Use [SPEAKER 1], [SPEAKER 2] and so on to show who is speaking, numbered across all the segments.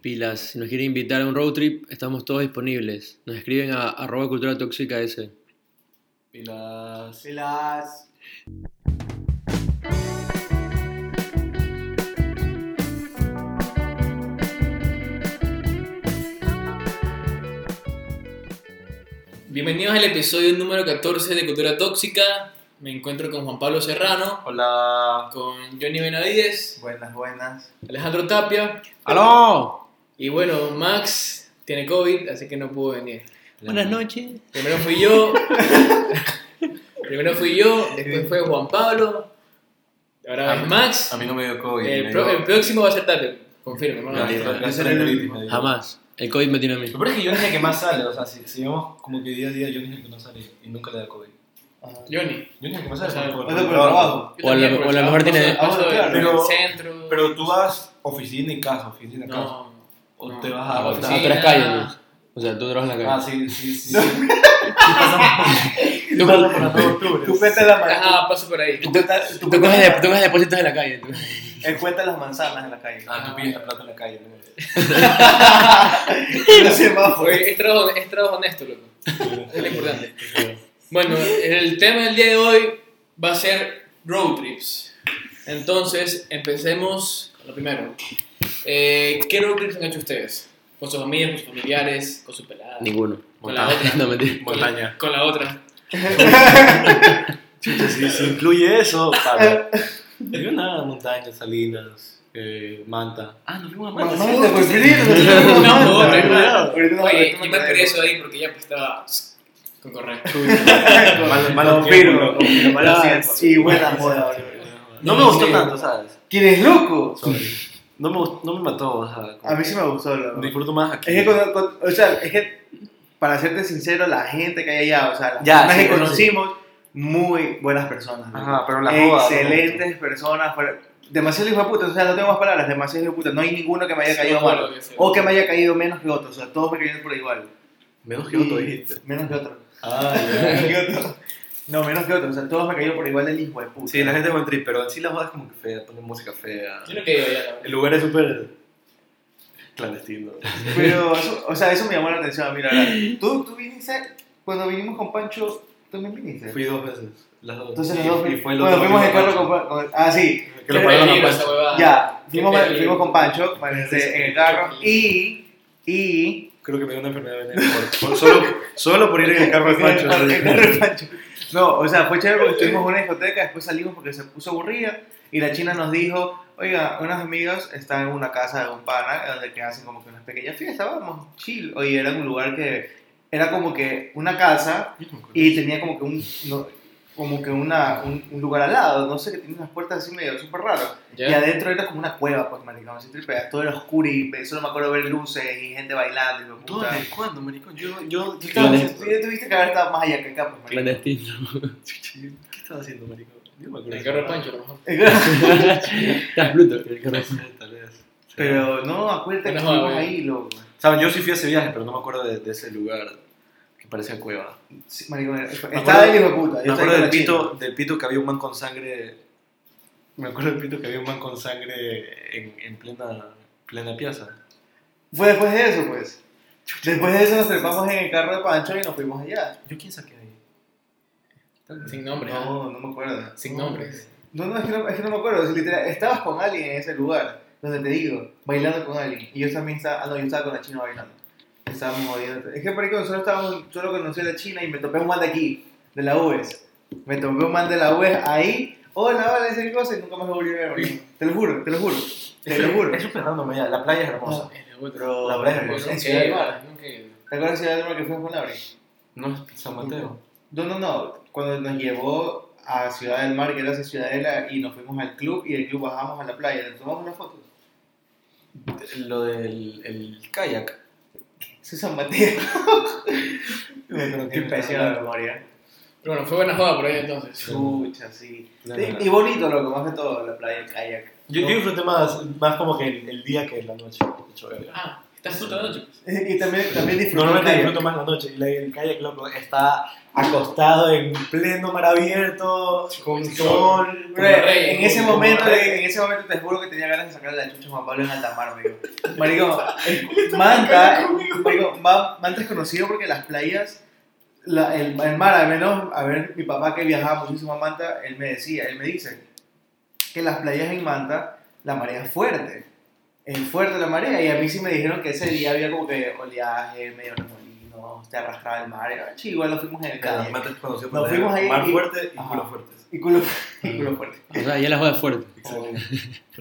[SPEAKER 1] Pilas, si nos quiere invitar a un road trip, estamos todos disponibles. Nos escriben a arroba cultura tóxica S.
[SPEAKER 2] Pilas.
[SPEAKER 3] Pilas.
[SPEAKER 2] Bienvenidos al episodio número 14 de Cultura Tóxica. Me encuentro con Juan Pablo Serrano,
[SPEAKER 3] Hola.
[SPEAKER 2] con Johnny Benavides,
[SPEAKER 3] Buenas, buenas.
[SPEAKER 2] Alejandro Tapia.
[SPEAKER 3] ¡Aló!
[SPEAKER 2] Y bueno, Max tiene COVID, así que no pudo venir.
[SPEAKER 1] Buenas noches.
[SPEAKER 2] Primero fui yo. primero fui yo, después fue Juan Pablo. Ahora es Max.
[SPEAKER 4] A mí no me dio COVID.
[SPEAKER 2] El,
[SPEAKER 4] me
[SPEAKER 2] pro-
[SPEAKER 4] dio
[SPEAKER 2] el próximo va a ser Tapia. Confirme, hermano.
[SPEAKER 1] Vale.
[SPEAKER 4] gastra-
[SPEAKER 1] Yo
[SPEAKER 4] gastroenteritis, me dio.
[SPEAKER 1] Jamás. El COVID me tiene a mí.
[SPEAKER 2] Ah,
[SPEAKER 4] Lo peor es que Johnny es el que más sale, o sea, si, si vemos como que día a día Johnny es el que no sale y nunca le da COVID.
[SPEAKER 2] Johnny.
[SPEAKER 4] Johnny es el que más
[SPEAKER 2] O sea,
[SPEAKER 4] sale. por-
[SPEAKER 3] No
[SPEAKER 4] por-
[SPEAKER 3] te por el
[SPEAKER 4] por-
[SPEAKER 3] trabajo.
[SPEAKER 2] yo
[SPEAKER 1] O a lo-
[SPEAKER 2] también,
[SPEAKER 1] o a lo
[SPEAKER 2] porque
[SPEAKER 1] mejor tiene-
[SPEAKER 2] paso- paso
[SPEAKER 3] Ah,
[SPEAKER 2] del-
[SPEAKER 3] claro.
[SPEAKER 2] del
[SPEAKER 4] Pero-
[SPEAKER 2] centro.
[SPEAKER 4] Pero tú vas oficina y casa, oficina y casa.
[SPEAKER 2] no.
[SPEAKER 4] O
[SPEAKER 2] no.
[SPEAKER 4] te vas a...
[SPEAKER 2] Ah,
[SPEAKER 1] O sea,
[SPEAKER 2] oficina.
[SPEAKER 1] a tres calles. pues. O sea, tú trabajas en la
[SPEAKER 4] Ah,
[SPEAKER 1] calle.
[SPEAKER 4] sí, sí, sí. sí. pasamos
[SPEAKER 2] Ah,
[SPEAKER 1] Tú-
[SPEAKER 4] por, pasamos por la 2 de octubre.
[SPEAKER 3] Tú cuentas las manzanas.
[SPEAKER 2] Ajá, Ah, paso por ahí.
[SPEAKER 1] tú-
[SPEAKER 3] Tú cuentas-
[SPEAKER 1] Tú
[SPEAKER 3] tú cuentas
[SPEAKER 1] coges, de-
[SPEAKER 3] las-
[SPEAKER 1] tú coges depósitos en la calle. tú.
[SPEAKER 3] Él cuenta las manzanas en la calle.
[SPEAKER 4] Ah, tú pides la plata en la calle. ¿no?
[SPEAKER 3] No se va
[SPEAKER 2] Oye, Es trabajo, es trabajo honesto, loco. Es lo importante. Bueno, el tema del día de hoy va a ser road trips. Entonces, empecemos con lo primero. Eh, ¿Qué road trips han hecho ustedes? ¿Con sus familias, con sus familiares, con su pelada?
[SPEAKER 1] Ninguno.
[SPEAKER 2] Con la otra.
[SPEAKER 1] No, mentira.
[SPEAKER 2] Con la-
[SPEAKER 4] Montaña.
[SPEAKER 2] Con la otra.
[SPEAKER 4] Chucha, si, si incluye eso, para. Yo nada, montañas, salinas, eh, manta. Ah, nos fuimos a
[SPEAKER 3] No,
[SPEAKER 4] manta.
[SPEAKER 3] no,
[SPEAKER 4] sí.
[SPEAKER 3] te puedes venir, no,
[SPEAKER 2] No, no,
[SPEAKER 3] no,
[SPEAKER 2] no,
[SPEAKER 3] no.
[SPEAKER 2] no.
[SPEAKER 3] Ahorita no,
[SPEAKER 2] Oye,
[SPEAKER 3] ahorita
[SPEAKER 2] yo
[SPEAKER 3] no
[SPEAKER 2] me perdí
[SPEAKER 3] traigo.
[SPEAKER 2] eso ahí porque ya pues, estaba con correo.
[SPEAKER 4] Mal- malos tiempos,
[SPEAKER 3] Confirmo,
[SPEAKER 4] loco.
[SPEAKER 3] confirmo,
[SPEAKER 4] Ah,
[SPEAKER 3] malos tiempos.
[SPEAKER 4] sí,
[SPEAKER 3] Y
[SPEAKER 4] buena
[SPEAKER 3] buena
[SPEAKER 4] moda,
[SPEAKER 3] moda, boludo.
[SPEAKER 4] No me gustó
[SPEAKER 2] Sí.
[SPEAKER 4] tanto, ¿sabes?
[SPEAKER 3] ¿Quién es loco?
[SPEAKER 4] Sorry. No me, gust- no me mató, o sea, como-
[SPEAKER 3] A mí sí me gustó, loco.
[SPEAKER 4] Disfruto más aquí.
[SPEAKER 3] Es que, cuando- cuando- o sea, es que, para serte sincero, la gente que hay allá, o sea, las
[SPEAKER 4] Ya,
[SPEAKER 3] personas
[SPEAKER 4] sí,
[SPEAKER 3] que
[SPEAKER 4] sí.
[SPEAKER 3] conocimos, muy buenas personas. loco.
[SPEAKER 4] Ajá, pero la joda.
[SPEAKER 3] Excelentes personas. fuera- Demasiado hijo de puta, o sea, no tengo más palabras, demasiado hijo de puta. No hay ninguno que me haya caído mal. O que me haya caído menos que otro, o sea, todos me cayeron por igual.
[SPEAKER 4] Menos que otro
[SPEAKER 3] Y-
[SPEAKER 4] dijiste.
[SPEAKER 3] Menos que otro.
[SPEAKER 4] Ah,
[SPEAKER 3] Menos que otro. No, menos que otro, o sea, todos me cayeron por igual el hijo de puta.
[SPEAKER 4] Sí, la gente es buen trip, pero en sí la joda es como que fea, ponen música fea.
[SPEAKER 2] Yo no que iba ya.
[SPEAKER 4] El lugar es súper clandestino.
[SPEAKER 3] Pero, eso- o sea, eso me llamó la atención. Mira, tú, tú viniste, cuando vinimos con Pancho, también viniste.
[SPEAKER 4] Fui dos veces. Las dos.
[SPEAKER 3] Entonces,
[SPEAKER 4] Y-
[SPEAKER 3] los dos.
[SPEAKER 4] y fue el
[SPEAKER 3] bueno,
[SPEAKER 4] otro
[SPEAKER 3] fuimos en
[SPEAKER 4] mismo
[SPEAKER 3] carro con,
[SPEAKER 4] caso.
[SPEAKER 3] Pan- con- Ah, sí,
[SPEAKER 4] Que lo
[SPEAKER 2] Qué
[SPEAKER 4] pararon a
[SPEAKER 2] peligro
[SPEAKER 4] Pancho.
[SPEAKER 2] esa huevada.
[SPEAKER 3] ya. Fuimos,
[SPEAKER 2] Qué peligro.
[SPEAKER 3] fuimos con Pancho este, en el carro y. y
[SPEAKER 4] Creo que me dio una enfermedad venérea por, por- solo, solo por ir en el carro de Pancho.
[SPEAKER 3] Al- al carro de Pancho. No, o sea, fue chévere porque estuvimos en una discoteca, después salimos porque se puso aburrida y la china nos dijo, oiga, unas amigas están en una casa de un pana donde que hacen como que unas pequeñas fiestas, vamos, chill. Oye, era un lugar que era como que una casa y tenía como que un... no, como que una, un, un lugar al lado, no sé, que tenía unas puertas así medio súper raras. Y
[SPEAKER 2] Ya.
[SPEAKER 3] adentro era como una cueva, pues, maricón, así tripeas, todo era oscuro y solo me acuerdo ver luces y gente bailando y me
[SPEAKER 4] ¿Tú
[SPEAKER 3] puta.
[SPEAKER 4] desde cuándo, maricón? Yo, yo, ¿qué estaba
[SPEAKER 3] Claro,
[SPEAKER 4] haciendo?
[SPEAKER 3] tú ya tuviste que haber estado más allá que acá, pues, maricón.
[SPEAKER 1] Clandestino.
[SPEAKER 4] ¿Qué estaba haciendo, maricón? Yo me
[SPEAKER 2] En
[SPEAKER 4] acuerdo.
[SPEAKER 2] el carro de Pancho, a lo mejor.
[SPEAKER 1] Estás Pluto.
[SPEAKER 4] No sé, tal vez.
[SPEAKER 3] Pero no, acuérdate que
[SPEAKER 2] Bueno,
[SPEAKER 3] estuvimos
[SPEAKER 2] joder.
[SPEAKER 3] ahí, loco.
[SPEAKER 4] Saben, yo sí fui a ese viaje, pero no me acuerdo de, de ese lugar que parecía cueva.
[SPEAKER 3] Sí, maricón,
[SPEAKER 4] acuerdo-
[SPEAKER 3] estaba ahí, hijo de puta.
[SPEAKER 4] Me acuerdo del pito, del pito que había un man con sangre. Me acuerdo del pito que había un man con sangre en, en plena, plena piazza.
[SPEAKER 3] Fue después de eso, pues. Después de eso nos trepamos en el carro de Pancho y nos fuimos allá.
[SPEAKER 4] ¿Yo quién saqué ahí?
[SPEAKER 2] Sin nombre. ¿ah?
[SPEAKER 3] No, no me acuerdo.
[SPEAKER 2] Sin nombres.
[SPEAKER 3] No, no, es que no, es que no me acuerdo. Es literal, estabas con alguien en ese lugar, donde te digo, bailando con alguien. Y yo también estaba, ah, no, yo estaba con la china bailando. Estábamos jodiendo. Es que, marico, solo, estábamos, solo conocí a la china y me topé un man de aquí, de la UES. Me topé un man de la UES ahí. Hola, hola, ese cosa y nunca más me volví a ver, marico. Te lo juro, te lo juro. Te lo juro.
[SPEAKER 4] Es súper random, ya. la playa es hermosa.
[SPEAKER 2] Es Eh, la otra.
[SPEAKER 3] Pero,
[SPEAKER 4] La verdad es
[SPEAKER 2] Yo
[SPEAKER 4] hermosa.
[SPEAKER 2] nunca
[SPEAKER 3] en Ciudad del
[SPEAKER 2] iba,
[SPEAKER 3] Mar.
[SPEAKER 2] nunca iba.
[SPEAKER 3] ¿Te acuerdas de la Ciudad del Mar que fuimos con Laura?
[SPEAKER 4] No es San Mateo.
[SPEAKER 3] No, no, no. Cuando nos llevó a Ciudad del Mar, que era esa ciudadela, y nos fuimos al club y del club bajamos a la playa. ¿Le tomamos unas fotos?
[SPEAKER 4] Lo del el kayak.
[SPEAKER 3] Eso es San Mateo.
[SPEAKER 4] creo
[SPEAKER 3] Qué pésima la memoria.
[SPEAKER 2] Pero bueno, fue buena joda por ahí entonces.
[SPEAKER 3] Chucha, sí.
[SPEAKER 4] No,
[SPEAKER 3] Y-
[SPEAKER 4] no, no.
[SPEAKER 3] Y bonito, loco, más que todo, la playa, el kayak.
[SPEAKER 4] Yo, yo disfruté más, más como que el, el día que la noche. mucho verga.
[SPEAKER 2] Ah, estás tú toda la noche.
[SPEAKER 3] Y también, también disfruto
[SPEAKER 4] Normalmente
[SPEAKER 3] el kayak.
[SPEAKER 4] disfruto más la noche y la- el kayak loco está acostado en pleno mar abierto, con sol.
[SPEAKER 3] Bro, en ese
[SPEAKER 4] Como
[SPEAKER 3] momento,
[SPEAKER 4] rey.
[SPEAKER 3] en ese momento te juro que tenía ganas de sacarle la chucha a Juan Pablo en Altamar, amigo. Marico, el- Manta, marico, Ma- Manta es conocido porque las playas, la- el, el mar, al menos, a ver, mi papá que viajaba muchísimo a Manta, él me decía, él me dice que las playas en Manta, la marea es fuerte, es fuerte la marea, y a mí sí me dijeron que ese día había como que oleaje, medio remolinos, te arrastraba el mar, y, ah, chi, igual lo fuimos en el
[SPEAKER 4] Claro,
[SPEAKER 3] calle.
[SPEAKER 4] Manta es conocido
[SPEAKER 3] Nos
[SPEAKER 4] por tener
[SPEAKER 3] fuimos ahí
[SPEAKER 4] mar
[SPEAKER 3] y-
[SPEAKER 4] fuerte y
[SPEAKER 3] Ajá.
[SPEAKER 4] culo fuerte.
[SPEAKER 3] Y culo, y culo fuerte.
[SPEAKER 1] O sea, ya la joda es fuerte.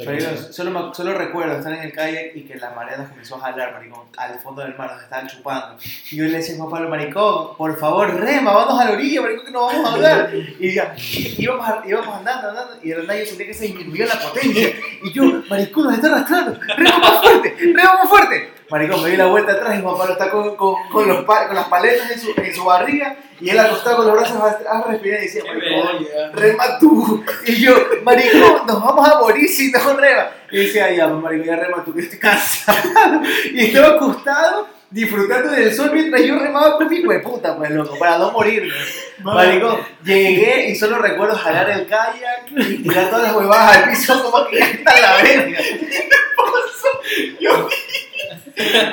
[SPEAKER 3] Marico, solo, me- solo recuerdo estar en el calle y que la marea nos comenzó a jalar, maricón, al fondo del mar, nos estaban chupando. Y yo le decía a Juan Pablo, maricón, por favor, rema, vamos a la orilla, maricón, que no vamos a hablar. Y ya, íbamos, a- íbamos andando, andando, y de verdad yo sentía que se disminuyó la potencia. Y yo, maricón, nos está arrastrando, rema más fuerte, rema más fuerte. Maricón, me di la vuelta atrás y Juan Pablo está con, con, con, los pa- con las paletas en su, en su barriga y él acostado con los brazos a, a respirar y decía, maricón, rema tú. Y yo, marico, nos vamos a morir si no rema. Y decía, ya, pues, marico, ya rema tú, que estoy cansado. Y estaba acostado, disfrutando del sol mientras yo remaba con mi hueputa, pues, loco, para no morirme. Marico, llegué y solo recuerdo jalar el kayak y tirar todas las huevadas al piso como que ya está la verga.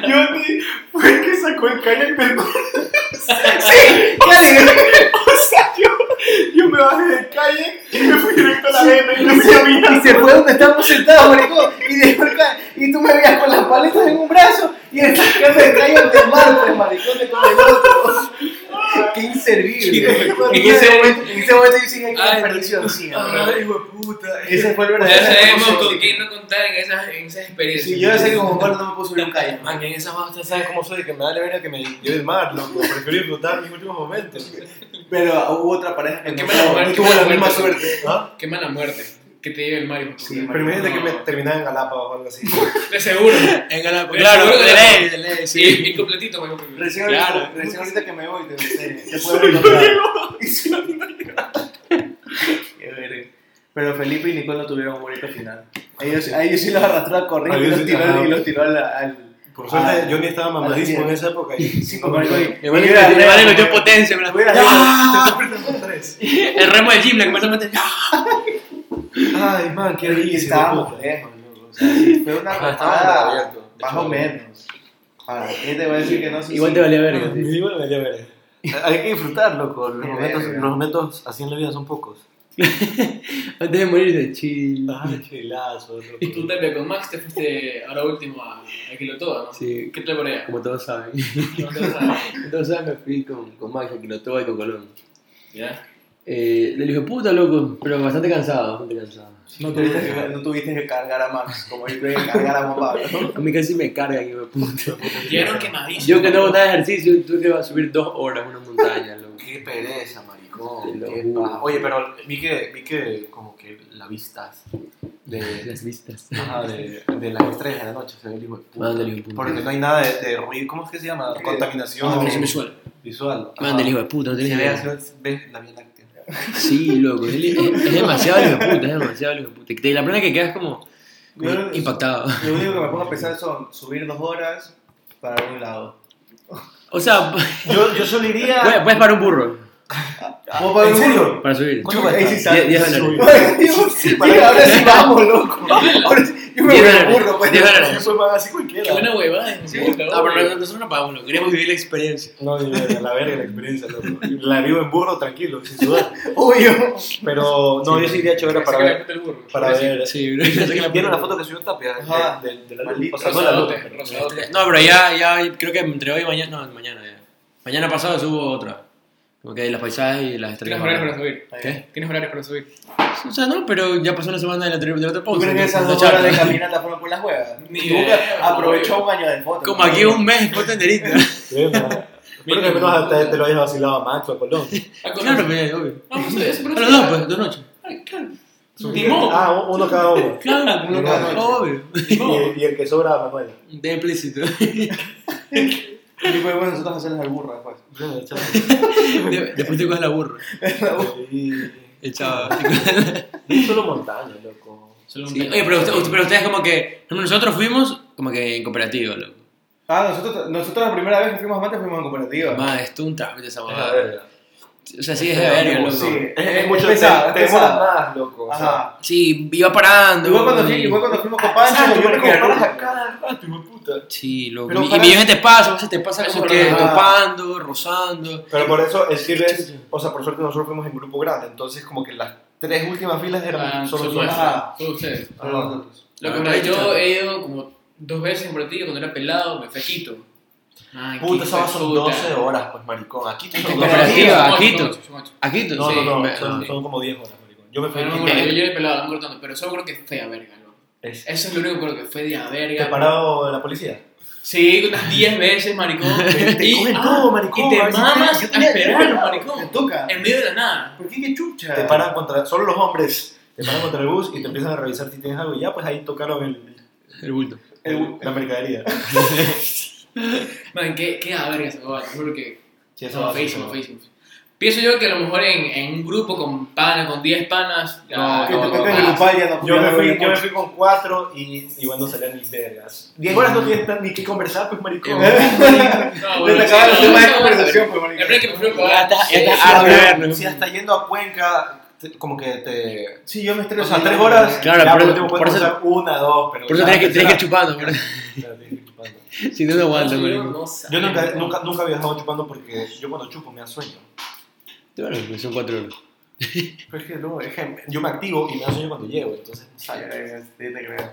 [SPEAKER 4] Johnny fue el que sacó el kayak del mar.
[SPEAKER 3] ¡Sí! ¡Claro!
[SPEAKER 4] O sea, yo, yo me bajé del kayak y me fui directo a la arena y no
[SPEAKER 3] Y
[SPEAKER 4] fui a
[SPEAKER 3] se,
[SPEAKER 4] mirar.
[SPEAKER 3] y se fue donde estábamos sentados, maricón. Y dejó el ca- Y tú me veías con las paletas en un brazo y el sacando el callo del mar, pues, maricón, de con el otro. Qué inservible. En ese momento, en ese momento yo sí dije que era
[SPEAKER 2] Ay,
[SPEAKER 3] perdición, sí, amor.
[SPEAKER 4] Ay, hijo de puta.
[SPEAKER 3] Ese fue el
[SPEAKER 2] Ya
[SPEAKER 3] verdadero.
[SPEAKER 2] sabemos
[SPEAKER 3] emoción.
[SPEAKER 2] con quién no contar en esas, en esas experiencias.
[SPEAKER 3] Sí, yo ya sé que como Juan no me puedo subir a un callo.
[SPEAKER 4] Man, en esa basta, ¿sabes cómo soy? Que me da la verga que me lleve el mar, loco. Prefiero disfrutar mis últimos momentos.
[SPEAKER 3] Pero hubo otra pareja que
[SPEAKER 2] ¿En
[SPEAKER 3] no,
[SPEAKER 2] qué me la
[SPEAKER 3] no
[SPEAKER 2] muerte?
[SPEAKER 3] tuvo
[SPEAKER 2] ¿En qué
[SPEAKER 3] la
[SPEAKER 2] me la
[SPEAKER 3] misma
[SPEAKER 2] muerte?
[SPEAKER 3] suerte.
[SPEAKER 4] ¿Ah?
[SPEAKER 2] Qué mala muerte que te lleve el Mario.
[SPEAKER 3] Sí,
[SPEAKER 4] Pero imagínate que me terminaba en Galápagos o algo así.
[SPEAKER 2] De seguro.
[SPEAKER 1] En Galápagos.
[SPEAKER 2] Claro,
[SPEAKER 1] Claro,
[SPEAKER 2] de ley,
[SPEAKER 1] de ley,
[SPEAKER 2] Sí, incompletito, Mario.
[SPEAKER 3] Recién,
[SPEAKER 1] Claro.
[SPEAKER 3] ahorita, recién ahorita que me voy te, te, te puedo encontrar. Y si no, no llego. Qué verga. Pero Felipe y Nicole no tuvieron un bonito final. A ellos, a ellos sí los arrastró a correr
[SPEAKER 4] A
[SPEAKER 3] y
[SPEAKER 4] ellos
[SPEAKER 3] los
[SPEAKER 4] sí,
[SPEAKER 3] tiró,
[SPEAKER 4] ajá.
[SPEAKER 3] al- y los tiró al, al.
[SPEAKER 4] Por suerte,
[SPEAKER 3] Ah.
[SPEAKER 4] Johnny estaba mamadísimo en esa época. Y
[SPEAKER 3] Sí, como algo ahí.
[SPEAKER 1] Mi hermano
[SPEAKER 3] Y yo era
[SPEAKER 1] mi hermano
[SPEAKER 3] remo,
[SPEAKER 1] le metió
[SPEAKER 3] güey.
[SPEAKER 1] potencia, me la
[SPEAKER 3] Hubiera-
[SPEAKER 1] ¡Ah!
[SPEAKER 4] tres.
[SPEAKER 1] El remo del gym, le comenzó a meter. ¡Ah!
[SPEAKER 4] Ay, man, qué
[SPEAKER 3] Y
[SPEAKER 4] delicia.
[SPEAKER 3] estábamos lejos, loco. O sea, sí, fue una
[SPEAKER 1] Ah,
[SPEAKER 4] Ajá, estábamos
[SPEAKER 3] patada.
[SPEAKER 4] abiertos.
[SPEAKER 3] Más o menos. Ahora, ¿quién te va a decir que no? Sí,
[SPEAKER 1] Igual
[SPEAKER 3] sí.
[SPEAKER 1] te valía verga.
[SPEAKER 4] Me digo, me dio verga. Hay que disfrutar, loco. Los
[SPEAKER 3] Qué
[SPEAKER 4] momentos,
[SPEAKER 3] verga.
[SPEAKER 4] los momentos así en la vida son pocos.
[SPEAKER 1] Antes de morir de chill.
[SPEAKER 4] Ay, chilazo. loco.
[SPEAKER 2] Y tú también con Max te fuiste ahora último a, a Quilotoa, ¿no?
[SPEAKER 1] Sí,
[SPEAKER 2] ¿Qué te por allá?
[SPEAKER 1] como todos saben.
[SPEAKER 2] No te vas a-
[SPEAKER 1] Entonces me fui con, con Max, a Quilotoa y con Colón.
[SPEAKER 2] ¿Ya?
[SPEAKER 1] Eh, le dije, puta loco, pero bastante cansado, bastante cansado.
[SPEAKER 3] No tuviste, que, no tuviste que cargar a Max, como yo tuve que cargar a Juan Pablo.
[SPEAKER 1] A mí casi me cargan y me puta.
[SPEAKER 2] Llegaron quemadísimos.
[SPEAKER 1] Yo que no hago nada de ejercicio, tuve que subir dos horas a una montaña, loco.
[SPEAKER 4] Qué pereza, maricón.
[SPEAKER 1] Te lo
[SPEAKER 4] Qué
[SPEAKER 1] juro.
[SPEAKER 4] paja. Oye, pero vi que, vi que como que la vistas de,
[SPEAKER 1] Las vistas.
[SPEAKER 4] ajá, de, de las estrellas de la noche se ve el hijo de puta.
[SPEAKER 1] Mándale, hijo de puta.
[SPEAKER 4] Porque no hay nada de, de ruido, ¿cómo es que se llama?
[SPEAKER 3] Eh,
[SPEAKER 4] Contaminación
[SPEAKER 3] ah,
[SPEAKER 2] Presión
[SPEAKER 3] presión
[SPEAKER 2] visual.
[SPEAKER 4] visual. Ajá.
[SPEAKER 1] Mándale, hijo de puta, no
[SPEAKER 4] Se
[SPEAKER 1] tenés
[SPEAKER 4] ve
[SPEAKER 1] idea.
[SPEAKER 4] así, ves la Vía Láctea.
[SPEAKER 1] Sí, loco, es, es demasiado hijo de puta, es demasiado hijo de puta. Y la primera que quedas como, como
[SPEAKER 3] Yo-
[SPEAKER 1] impactado.
[SPEAKER 3] Lo único que me pongo a pensar son subir dos horas para un lado.
[SPEAKER 1] O sea,
[SPEAKER 4] Yo, yo solo iría...
[SPEAKER 1] puedes, puedes parar un burro
[SPEAKER 3] ¿Vos para
[SPEAKER 4] ¿En
[SPEAKER 3] un-
[SPEAKER 4] serio?
[SPEAKER 1] para subir.
[SPEAKER 4] ¿Cuánto cuesta?
[SPEAKER 3] ahí sí sale.
[SPEAKER 1] Diez- diez
[SPEAKER 4] dólares.
[SPEAKER 3] Ay, Dios,
[SPEAKER 4] para-
[SPEAKER 3] mira, ahora sí vamos, loco. Ahora sí, yo me
[SPEAKER 1] Diez
[SPEAKER 3] voy a
[SPEAKER 1] dólares,
[SPEAKER 3] burro, pues.
[SPEAKER 1] diez dólares.
[SPEAKER 4] Eso paga así
[SPEAKER 2] Qué
[SPEAKER 4] cualquiera.
[SPEAKER 2] buena huevada. ¿no?
[SPEAKER 1] No, Ah, pero no- nosotros no pagamos, loco, queremos vivir la experiencia.
[SPEAKER 4] No, ni verga, la verga la experiencia, loco. La vivo en burro, tranquilo, sin sudar.
[SPEAKER 3] Uy, yo.
[SPEAKER 4] Pero no, yo sí iría chévere para ver. Para ver.
[SPEAKER 1] Sí, bro.
[SPEAKER 4] ¿Vieron la foto que subió Tapia?
[SPEAKER 3] Ajá.
[SPEAKER 4] De, de, de la luz.
[SPEAKER 3] Maldito.
[SPEAKER 4] O sea, no la luz.
[SPEAKER 2] Rosadote, rosadote.
[SPEAKER 1] No, pero ya, ya creo que entre hoy y mañana, no, mañana ya. Mañana pasado subo otra. Como que las paisajes y las estrellas.
[SPEAKER 2] Tienes horarios para subir.
[SPEAKER 1] ¿Qué?
[SPEAKER 2] Tienes horarios para subir.
[SPEAKER 1] O sea, no, pero ya pasó una semana del anterior del otro
[SPEAKER 3] ¿Tú
[SPEAKER 1] post.
[SPEAKER 3] crees que esas
[SPEAKER 1] Entonces,
[SPEAKER 3] dos horas
[SPEAKER 1] charla.
[SPEAKER 3] de caminata fueron por las huevas?
[SPEAKER 2] Ni
[SPEAKER 3] Tuvo que
[SPEAKER 2] idea,
[SPEAKER 3] aprovechó un año de fotos.
[SPEAKER 1] Como aquí un mes, ponte enterito.
[SPEAKER 4] Sí, ¿no? Espero que al menos te, te lo hayas vacilado a Max o a Colón.
[SPEAKER 2] Ah, con-
[SPEAKER 1] Claro, pues, obvio.
[SPEAKER 2] Ah, pues, eso, pero
[SPEAKER 1] A los
[SPEAKER 2] sí.
[SPEAKER 1] dos, pues, dos noches.
[SPEAKER 2] Ay, claro. Ni modo.
[SPEAKER 4] Ah, un- uno cada uno.
[SPEAKER 1] Claro,
[SPEAKER 4] uno cada noche.
[SPEAKER 1] obvio.
[SPEAKER 4] Y, el- y el que sobra a Manuel.
[SPEAKER 1] De implícito.
[SPEAKER 3] Y fue bueno nosotros hacerles al burro después.
[SPEAKER 1] De- Después te coges la burro.
[SPEAKER 4] Sí.
[SPEAKER 1] Echaba.
[SPEAKER 4] Solo montaña, loco.
[SPEAKER 2] Solo un
[SPEAKER 1] Sí.
[SPEAKER 2] pequeño.
[SPEAKER 1] Oye, pero, usted- usted- pero ustedes como que... Nosotros fuimos, como que en cooperativa, loco.
[SPEAKER 3] Ah, nosotros, nosotros la primera vez que fuimos a Mate fuimos en cooperativa.
[SPEAKER 1] Más, esto es un trámite esa
[SPEAKER 4] Es la
[SPEAKER 1] huevada.
[SPEAKER 4] verga.
[SPEAKER 1] O sea, sí es de verga, loco.
[SPEAKER 3] Sí,
[SPEAKER 1] Sí.
[SPEAKER 3] es,
[SPEAKER 4] Es,
[SPEAKER 3] es
[SPEAKER 4] mucho
[SPEAKER 3] pesado,
[SPEAKER 4] te,
[SPEAKER 3] es
[SPEAKER 4] te demoras
[SPEAKER 3] pesado.
[SPEAKER 4] más, loco. o sea,
[SPEAKER 3] Ajá.
[SPEAKER 1] iba parando.
[SPEAKER 3] Igual cuando,
[SPEAKER 1] y-
[SPEAKER 3] fui- igual cuando fuimos con Pancho,
[SPEAKER 4] Exacto,
[SPEAKER 3] yo me
[SPEAKER 4] marico,
[SPEAKER 3] compré
[SPEAKER 4] paras a
[SPEAKER 3] la
[SPEAKER 4] cada rato, hijo de puta.
[SPEAKER 1] Sí, loco.
[SPEAKER 4] Pero
[SPEAKER 1] y
[SPEAKER 4] para-
[SPEAKER 1] mi gente te pasa, se te pasa
[SPEAKER 2] Eso
[SPEAKER 1] como
[SPEAKER 2] es
[SPEAKER 1] que
[SPEAKER 3] verdad.
[SPEAKER 1] topando, rozando.
[SPEAKER 4] Pero por eso el Chile es, o sea, por suerte nosotros fuimos en grupo grande, entonces como que las tres últimas filas eran
[SPEAKER 2] Ah,
[SPEAKER 4] solo
[SPEAKER 2] solo
[SPEAKER 4] nosotros.
[SPEAKER 2] nuestra.
[SPEAKER 3] Ah.
[SPEAKER 2] Todos ustedes.
[SPEAKER 4] Ah, nosotros.
[SPEAKER 2] Lo
[SPEAKER 1] Ah,
[SPEAKER 2] que me
[SPEAKER 1] claro,
[SPEAKER 2] yo
[SPEAKER 1] claro.
[SPEAKER 2] he ido como dos veces en Bratillo cuando era pelado, me fui a Quito. Ay,
[SPEAKER 4] Puta, esas
[SPEAKER 2] hijo de
[SPEAKER 4] son
[SPEAKER 2] puta.
[SPEAKER 4] 12 horas, pues maricón. Aquí te
[SPEAKER 2] En
[SPEAKER 4] son 12 horas.
[SPEAKER 1] cooperativa,
[SPEAKER 2] cooperativa,
[SPEAKER 1] a
[SPEAKER 2] son
[SPEAKER 1] Quito.
[SPEAKER 2] ocho, son ocho.
[SPEAKER 1] Aquí tú.
[SPEAKER 4] No,
[SPEAKER 1] sí,
[SPEAKER 4] no, no,
[SPEAKER 1] me-
[SPEAKER 4] son,
[SPEAKER 1] sí.
[SPEAKER 4] son como 10 horas, maricón. Yo me fui
[SPEAKER 2] Bueno,
[SPEAKER 4] a
[SPEAKER 2] Ah, no me
[SPEAKER 4] Quito.
[SPEAKER 2] acuerdo, yo yo era pelado, no me acuerdo tanto, pero solo creo que fue a verga, loco.
[SPEAKER 4] Es-
[SPEAKER 2] Eso es lo único que creo que fue de a
[SPEAKER 4] ¿Te
[SPEAKER 2] verga.
[SPEAKER 4] parado la policía?
[SPEAKER 2] Sí, unas 10 veces, maricón.
[SPEAKER 4] Te
[SPEAKER 2] y,
[SPEAKER 4] cogen
[SPEAKER 2] ah,
[SPEAKER 4] todo, maricón,
[SPEAKER 2] y te
[SPEAKER 4] a ver si
[SPEAKER 2] mamas
[SPEAKER 4] tienes-
[SPEAKER 2] a esperarlo, maricón.
[SPEAKER 3] toca.
[SPEAKER 2] En medio de la nada.
[SPEAKER 3] ¿Por qué qué chucha?
[SPEAKER 4] Te paran contra, solo los hombres, te paran contra el bus y te empiezan a revisar si tienes algo. Y ya, pues ahí tocaron el,
[SPEAKER 1] El bulto.
[SPEAKER 4] el- la mercadería.
[SPEAKER 2] Man, qué, qué a verga esa huevada, te juro que.
[SPEAKER 4] Sí,
[SPEAKER 2] No,
[SPEAKER 4] va a ser
[SPEAKER 2] feísimo,
[SPEAKER 4] como-
[SPEAKER 2] feísimo. Pienso yo que a lo mejor en, en un grupo con panas, con 10 panas. ya,
[SPEAKER 4] No,
[SPEAKER 3] Que te
[SPEAKER 4] no, no,
[SPEAKER 3] toca el
[SPEAKER 4] no.
[SPEAKER 3] grupal ya no
[SPEAKER 4] Yo me, fui, yo me
[SPEAKER 3] mucho.
[SPEAKER 4] fui con cuatro y igual no salían ni vergas. Diez horas no tienes ni que conversar, pues maricón.
[SPEAKER 2] No,
[SPEAKER 3] Yo te
[SPEAKER 2] bueno,
[SPEAKER 3] acababa
[SPEAKER 2] sí,
[SPEAKER 3] los
[SPEAKER 2] no,
[SPEAKER 3] temas
[SPEAKER 2] no,
[SPEAKER 3] de conversación, pues,
[SPEAKER 2] La
[SPEAKER 3] marico.
[SPEAKER 2] verdad es que prefiero
[SPEAKER 1] Ya
[SPEAKER 2] pagar.
[SPEAKER 1] está, ya está
[SPEAKER 4] Sí,
[SPEAKER 1] harto de
[SPEAKER 4] sí,
[SPEAKER 1] verlo.
[SPEAKER 4] Si hasta yendo a Cuenca, te- como que te.
[SPEAKER 3] Sí, yo me estreso.
[SPEAKER 4] O sea, tres horas.
[SPEAKER 1] Claro,
[SPEAKER 4] ya
[SPEAKER 1] por-
[SPEAKER 4] por último
[SPEAKER 1] por
[SPEAKER 4] puedes
[SPEAKER 1] eso-
[SPEAKER 4] usar una, dos. Pero
[SPEAKER 1] Por eso
[SPEAKER 4] ya
[SPEAKER 1] tienes que,
[SPEAKER 4] la
[SPEAKER 1] tienes que ir chupando, bro.
[SPEAKER 4] tercera- Claro, tienes que ir chupando.
[SPEAKER 1] Si no, no
[SPEAKER 3] Ah,
[SPEAKER 1] aguantas,
[SPEAKER 2] No,
[SPEAKER 1] marico.
[SPEAKER 2] no
[SPEAKER 4] Yo
[SPEAKER 2] sabe.
[SPEAKER 4] nunca, nunca, nunca he viajado chupando porque yo cuando chupo me da sueño.
[SPEAKER 1] Claro, pues son cuatro horas.
[SPEAKER 4] Pero es que no, es que yo me activo y me da sueño cuando llego, entonces no
[SPEAKER 3] Sí,
[SPEAKER 4] salgo.
[SPEAKER 3] te creo.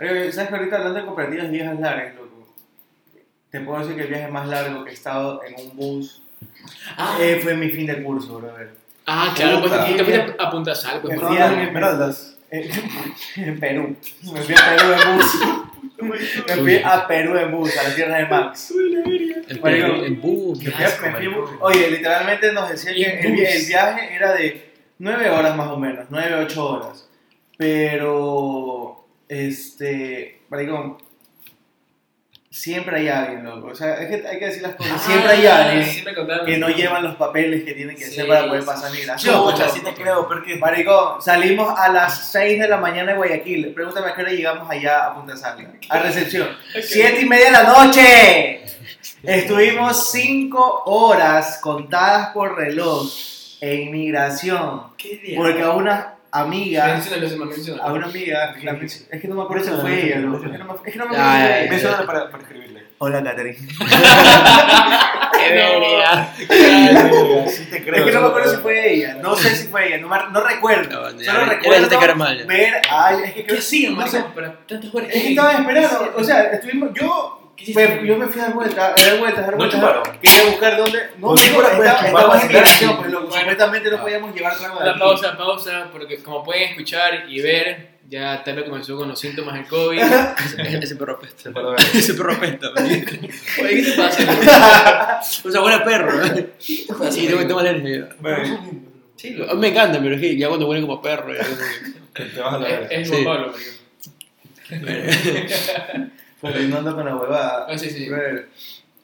[SPEAKER 3] Oye, ¿sabes que ahorita hablando de cooperativas viejas largas, loco? Te puedo decir que el viaje más largo que he estado en un bus
[SPEAKER 2] Ah,
[SPEAKER 3] eh, fue mi fin de curso, brother.
[SPEAKER 2] ah, claro, pues
[SPEAKER 3] puta.
[SPEAKER 2] te te fuiste a Punta Sal, pues.
[SPEAKER 3] Me
[SPEAKER 2] por
[SPEAKER 3] fui
[SPEAKER 2] favor.
[SPEAKER 3] a- me- eh, en Perú. Me fui a Perú en bus. Me fui a Perú en bus, a la tierra de Max.
[SPEAKER 1] El
[SPEAKER 3] Marico.
[SPEAKER 1] perro, el bus.
[SPEAKER 3] Me fui a- me fui a- Oye, literalmente nos decía que el, vi- el viaje era de 9 horas más o menos, 9, 8 horas. Pero, este, maricón, siempre hay alguien, loco. O sea, es que hay que decir las cosas. Siempre hay
[SPEAKER 2] Ah,
[SPEAKER 3] alguien
[SPEAKER 2] sí me contaron.
[SPEAKER 3] que no llevan los papeles que tienen que
[SPEAKER 2] Sí,
[SPEAKER 3] hacer para poder
[SPEAKER 2] sí,
[SPEAKER 3] pasar
[SPEAKER 2] sí.
[SPEAKER 3] migración.
[SPEAKER 4] Yo,
[SPEAKER 3] loco.
[SPEAKER 4] pucha, sí te creo, porque.
[SPEAKER 3] Maricón, salimos a las 6 de la mañana de Guayaquil. Pregúntame a qué hora llegamos allá a Punta Sala, a recepción.
[SPEAKER 2] Ok.
[SPEAKER 3] Siete y media de la noche. Estuvimos cinco horas contadas por reloj en migración.
[SPEAKER 2] Qué día.
[SPEAKER 3] Porque a una amiga,
[SPEAKER 2] Menciónalo, se me menciona.
[SPEAKER 3] a una amiga, la men- es que no me acuerdo si
[SPEAKER 4] Menciónalo,
[SPEAKER 3] fue ella,
[SPEAKER 4] menciónalo,
[SPEAKER 3] ¿no? Es que no me es que no me
[SPEAKER 1] Ya, ya,
[SPEAKER 3] acuerdo. si
[SPEAKER 1] ya.
[SPEAKER 3] fue
[SPEAKER 4] Me
[SPEAKER 3] ella.
[SPEAKER 4] suena para, para escribirle.
[SPEAKER 3] Hola, Caterina.
[SPEAKER 1] verga.
[SPEAKER 4] Sí te creo.
[SPEAKER 3] Es que no me acuerdo si
[SPEAKER 4] sí.
[SPEAKER 3] fue ella. No sé si fue ella. No, me- no recuerdo.
[SPEAKER 1] No, ya,
[SPEAKER 3] Solo
[SPEAKER 1] ya
[SPEAKER 3] recuerdo
[SPEAKER 1] te quedaron mal, ya.
[SPEAKER 3] ver a alguien. Es que creo
[SPEAKER 2] ¿Qué hacía,
[SPEAKER 3] no sé,
[SPEAKER 2] marico, para tantas horas? Eh,
[SPEAKER 3] Es que estaba esperando. O sea, estuvimos. Yo.
[SPEAKER 2] ¿Qué hiciste?
[SPEAKER 3] me- yo me fui a dar vueltas, a dar vueltas, a dar
[SPEAKER 4] No
[SPEAKER 3] vueltas.
[SPEAKER 4] chuparon.
[SPEAKER 3] Quería buscar dónde. No,
[SPEAKER 4] Con
[SPEAKER 3] no,
[SPEAKER 4] Nicolás puedes
[SPEAKER 3] estaba-
[SPEAKER 4] chupar, Ah.
[SPEAKER 3] estábamos en
[SPEAKER 4] vacilar.
[SPEAKER 3] migración, pues loco,
[SPEAKER 2] Bueno.
[SPEAKER 3] supuestamente no podíamos llevar trago de
[SPEAKER 2] La
[SPEAKER 3] aquí.
[SPEAKER 2] pausa, pausa, porque como pueden escuchar y ver, ya Telo comenzó con los síntomas del COVID.
[SPEAKER 1] Ese perro apesta.
[SPEAKER 4] Se paró de-
[SPEAKER 1] Ese perro apesta, marico.
[SPEAKER 2] Oye, ¿qué te pasa?
[SPEAKER 1] O sea, buena perro. ¿no? Sí, tengo que tomar energía. Sí, lo- a mí me encanta, pero es que ya cuando huele como a perro. ya como que-
[SPEAKER 4] Te- Te vas a la
[SPEAKER 2] Es,
[SPEAKER 4] verga.
[SPEAKER 2] es
[SPEAKER 1] Sí.
[SPEAKER 2] Juan Pablo, marico.
[SPEAKER 3] Pero no ando con la huevada.
[SPEAKER 2] Ah, sí, sí.
[SPEAKER 3] Brother,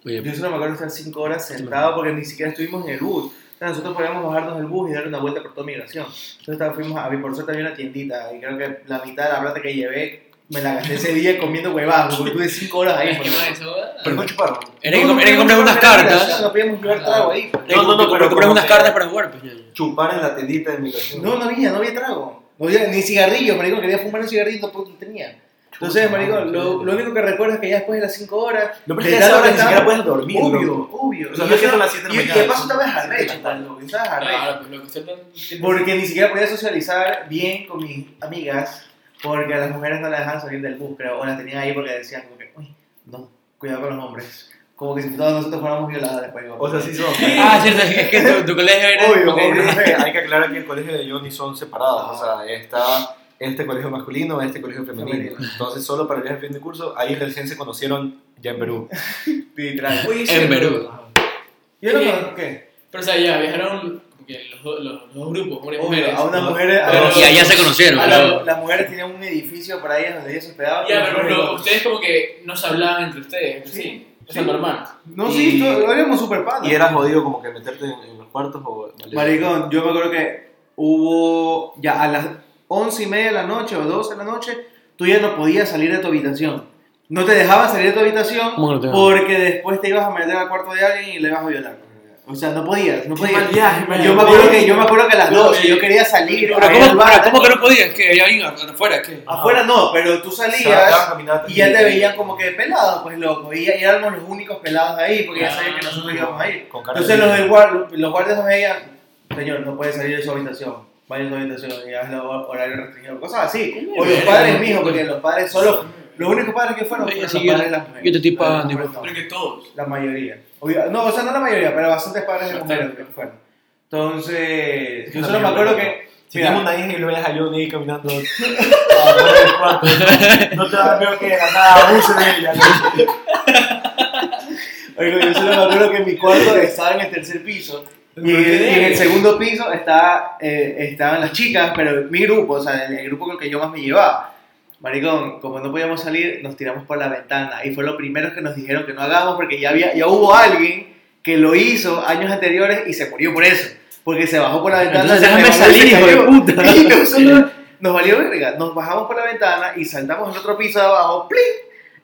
[SPEAKER 1] Oye,
[SPEAKER 3] Yo solo me acuerdo estar 5 horas sentado porque ni siquiera estuvimos en el bus. O sea, nosotros podíamos bajarnos del bus y dar una vuelta por toda migración. Entonces estaba- fuimos a por suerte había una tiendita y creo que la mitad de la plata que llevé me la gasté ese día comiendo huevadas porque tuve 5 horas ahí.
[SPEAKER 2] Es que
[SPEAKER 3] pues.
[SPEAKER 2] más eso, ¿verdad?
[SPEAKER 4] Pero no chuparon.
[SPEAKER 1] era que, era que compras unas cartas.
[SPEAKER 3] No podíamos llevar trago ahí. pues.
[SPEAKER 4] No, no, no,
[SPEAKER 1] pero
[SPEAKER 4] pero
[SPEAKER 1] compras
[SPEAKER 4] como
[SPEAKER 1] unas
[SPEAKER 4] que-
[SPEAKER 1] cartas para jugar, pues. ñaño.
[SPEAKER 4] Chupar en la tendita de migración.
[SPEAKER 3] No, no había, no había trago. No había ni cigarrillos, marico. Quería fumar un cigarrillo y tampoco tenía. Entonces,
[SPEAKER 4] Chuta,
[SPEAKER 3] marico,
[SPEAKER 4] madre.
[SPEAKER 3] lo, lo único que recuerdo es que ya después de las 5 horas.
[SPEAKER 4] No, pero
[SPEAKER 3] de
[SPEAKER 4] es que a
[SPEAKER 3] tanto
[SPEAKER 4] esa hora ni
[SPEAKER 3] estaba-
[SPEAKER 4] siquiera puedes dormir,
[SPEAKER 3] Obvio,
[SPEAKER 4] loco.
[SPEAKER 3] obvio.
[SPEAKER 4] O sea,
[SPEAKER 3] Y
[SPEAKER 4] yo
[SPEAKER 3] yo-
[SPEAKER 4] siento las siete de la
[SPEAKER 3] y- Y
[SPEAKER 4] mañana.
[SPEAKER 3] de paso estabas
[SPEAKER 4] Sí,
[SPEAKER 3] arrecho, tal, loco, estabas arrecho.
[SPEAKER 2] Claro, pues lo que usted tan-
[SPEAKER 3] Porque ni siquiera podía socializar bien con mis amigas. Porque a las mujeres no las dejaban salir del bus, creo. O las tenían ahí porque decían, como que, uy, no, cuidado con los hombres. Como que si todos nosotros fuéramos violadores, pues.
[SPEAKER 4] O sea, sí son.
[SPEAKER 1] Ah, cierto, es que tu, tu colegio era.
[SPEAKER 3] Obvio,
[SPEAKER 4] Ok,
[SPEAKER 3] obvio.
[SPEAKER 4] eh, hay que aclarar que el colegio de Johnny son separados. O sea, está este colegio masculino, este colegio femenino. Entonces, solo para el viaje de fin de curso, ahí recién se conocieron ya en Perú.
[SPEAKER 3] Literal.
[SPEAKER 2] Oye, sí,
[SPEAKER 1] En Perú.
[SPEAKER 2] pero-
[SPEAKER 3] Yo no
[SPEAKER 2] Bien.
[SPEAKER 3] conozco qué.
[SPEAKER 2] Pero, o sea, ya viajaron como que los, do- los, los dos grupos, hombres y
[SPEAKER 3] Obvio,
[SPEAKER 2] mujeres.
[SPEAKER 3] a unas mujeres. a
[SPEAKER 2] Pero-
[SPEAKER 3] los-
[SPEAKER 1] Y allá se conocieron.
[SPEAKER 3] A
[SPEAKER 1] ¿no?
[SPEAKER 3] Ah, la- las mujeres tenían un edificio para ellas donde ellas se hospedaban.
[SPEAKER 2] Ya,
[SPEAKER 3] y
[SPEAKER 2] pero,
[SPEAKER 3] nosotros
[SPEAKER 2] pero ustedes como que no se hablaban entre ustedes, entre sí.
[SPEAKER 3] Sí.
[SPEAKER 2] O sea, normal.
[SPEAKER 3] no. No, sí,
[SPEAKER 4] y-
[SPEAKER 3] todo- lo éramos super
[SPEAKER 4] Y era jodido como que meterte en, en los cuartos o...
[SPEAKER 3] Maricón, yo me acuerdo que hubo ya a las once y media de la noche o 12 de la noche, tú ya no podías salir de tu habitación. No te dejaban salir de tu habitación
[SPEAKER 1] ¿Cómo que no te dejaban?
[SPEAKER 3] porque después te ibas a meter al cuarto de alguien y le ibas a violar. O sea, no podías, no podías.
[SPEAKER 5] mal viaje, man.
[SPEAKER 3] yo, me acuerdo que, yo me acuerdo que a las 12 yo quería salir. a
[SPEAKER 1] Pero
[SPEAKER 3] ir al
[SPEAKER 1] ¿cómo,
[SPEAKER 3] bar,
[SPEAKER 1] pero ¿cómo que no podías? Que hay alguien afuera, ¿qué?
[SPEAKER 3] Afuera no, pero tú salías y ya te veían como que pelado, pues loco. Y, y éramos los únicos pelados ahí porque ya sabían que nosotros íbamos a ir.
[SPEAKER 4] Con cara
[SPEAKER 3] Entonces
[SPEAKER 4] de-
[SPEAKER 3] los, del guar- los guardias nos veían, señor, no puede salir de su habitación, vaya a su habitación y hazlo hor- horario restringido, cosas así. O los padres mismos, porque los padres solo, los únicos padres que fueron fueron los
[SPEAKER 1] Sí, yo-
[SPEAKER 3] padres de las mujeres.
[SPEAKER 1] yo te estoy
[SPEAKER 3] Los de los
[SPEAKER 1] pagando,
[SPEAKER 3] hombres no.
[SPEAKER 5] Creo que todos.
[SPEAKER 3] La mayoría. Obvio- no, o sea, no la mayoría, pero bastantes padres de mujeres que fueron. Entonces, yo
[SPEAKER 4] La
[SPEAKER 3] solo me
[SPEAKER 4] mayoría,
[SPEAKER 3] acuerdo
[SPEAKER 4] ¿no?
[SPEAKER 3] que...
[SPEAKER 4] Si
[SPEAKER 3] mira,
[SPEAKER 4] tienes una hija y lo ves a Johnny ahí caminando a la hora del cuarto, no te da miedo que de la nada abuse de ella. ¿no?
[SPEAKER 3] Oiga, yo solo me acuerdo que mi cuarto estaba en el tercer piso. Y, y en el segundo piso estaba, eh, estaban las chicas, pero mi grupo, o sea, el, el grupo con el que yo más me llevaba. Maricón, como no podíamos salir, nos tiramos por la ventana. Y fue lo primero que nos dijeron que no hagamos porque ya, había, ya hubo alguien que lo hizo años anteriores y se murió por eso. Porque se bajó por la ventana.
[SPEAKER 1] Entonces
[SPEAKER 3] se
[SPEAKER 1] déjame
[SPEAKER 3] resbaló y se
[SPEAKER 1] salir, hijo de
[SPEAKER 3] cayó.
[SPEAKER 1] puta.
[SPEAKER 3] Y nosotros nos valió verga. Nos bajamos por la ventana y saltamos al otro piso de abajo. ¡Plin!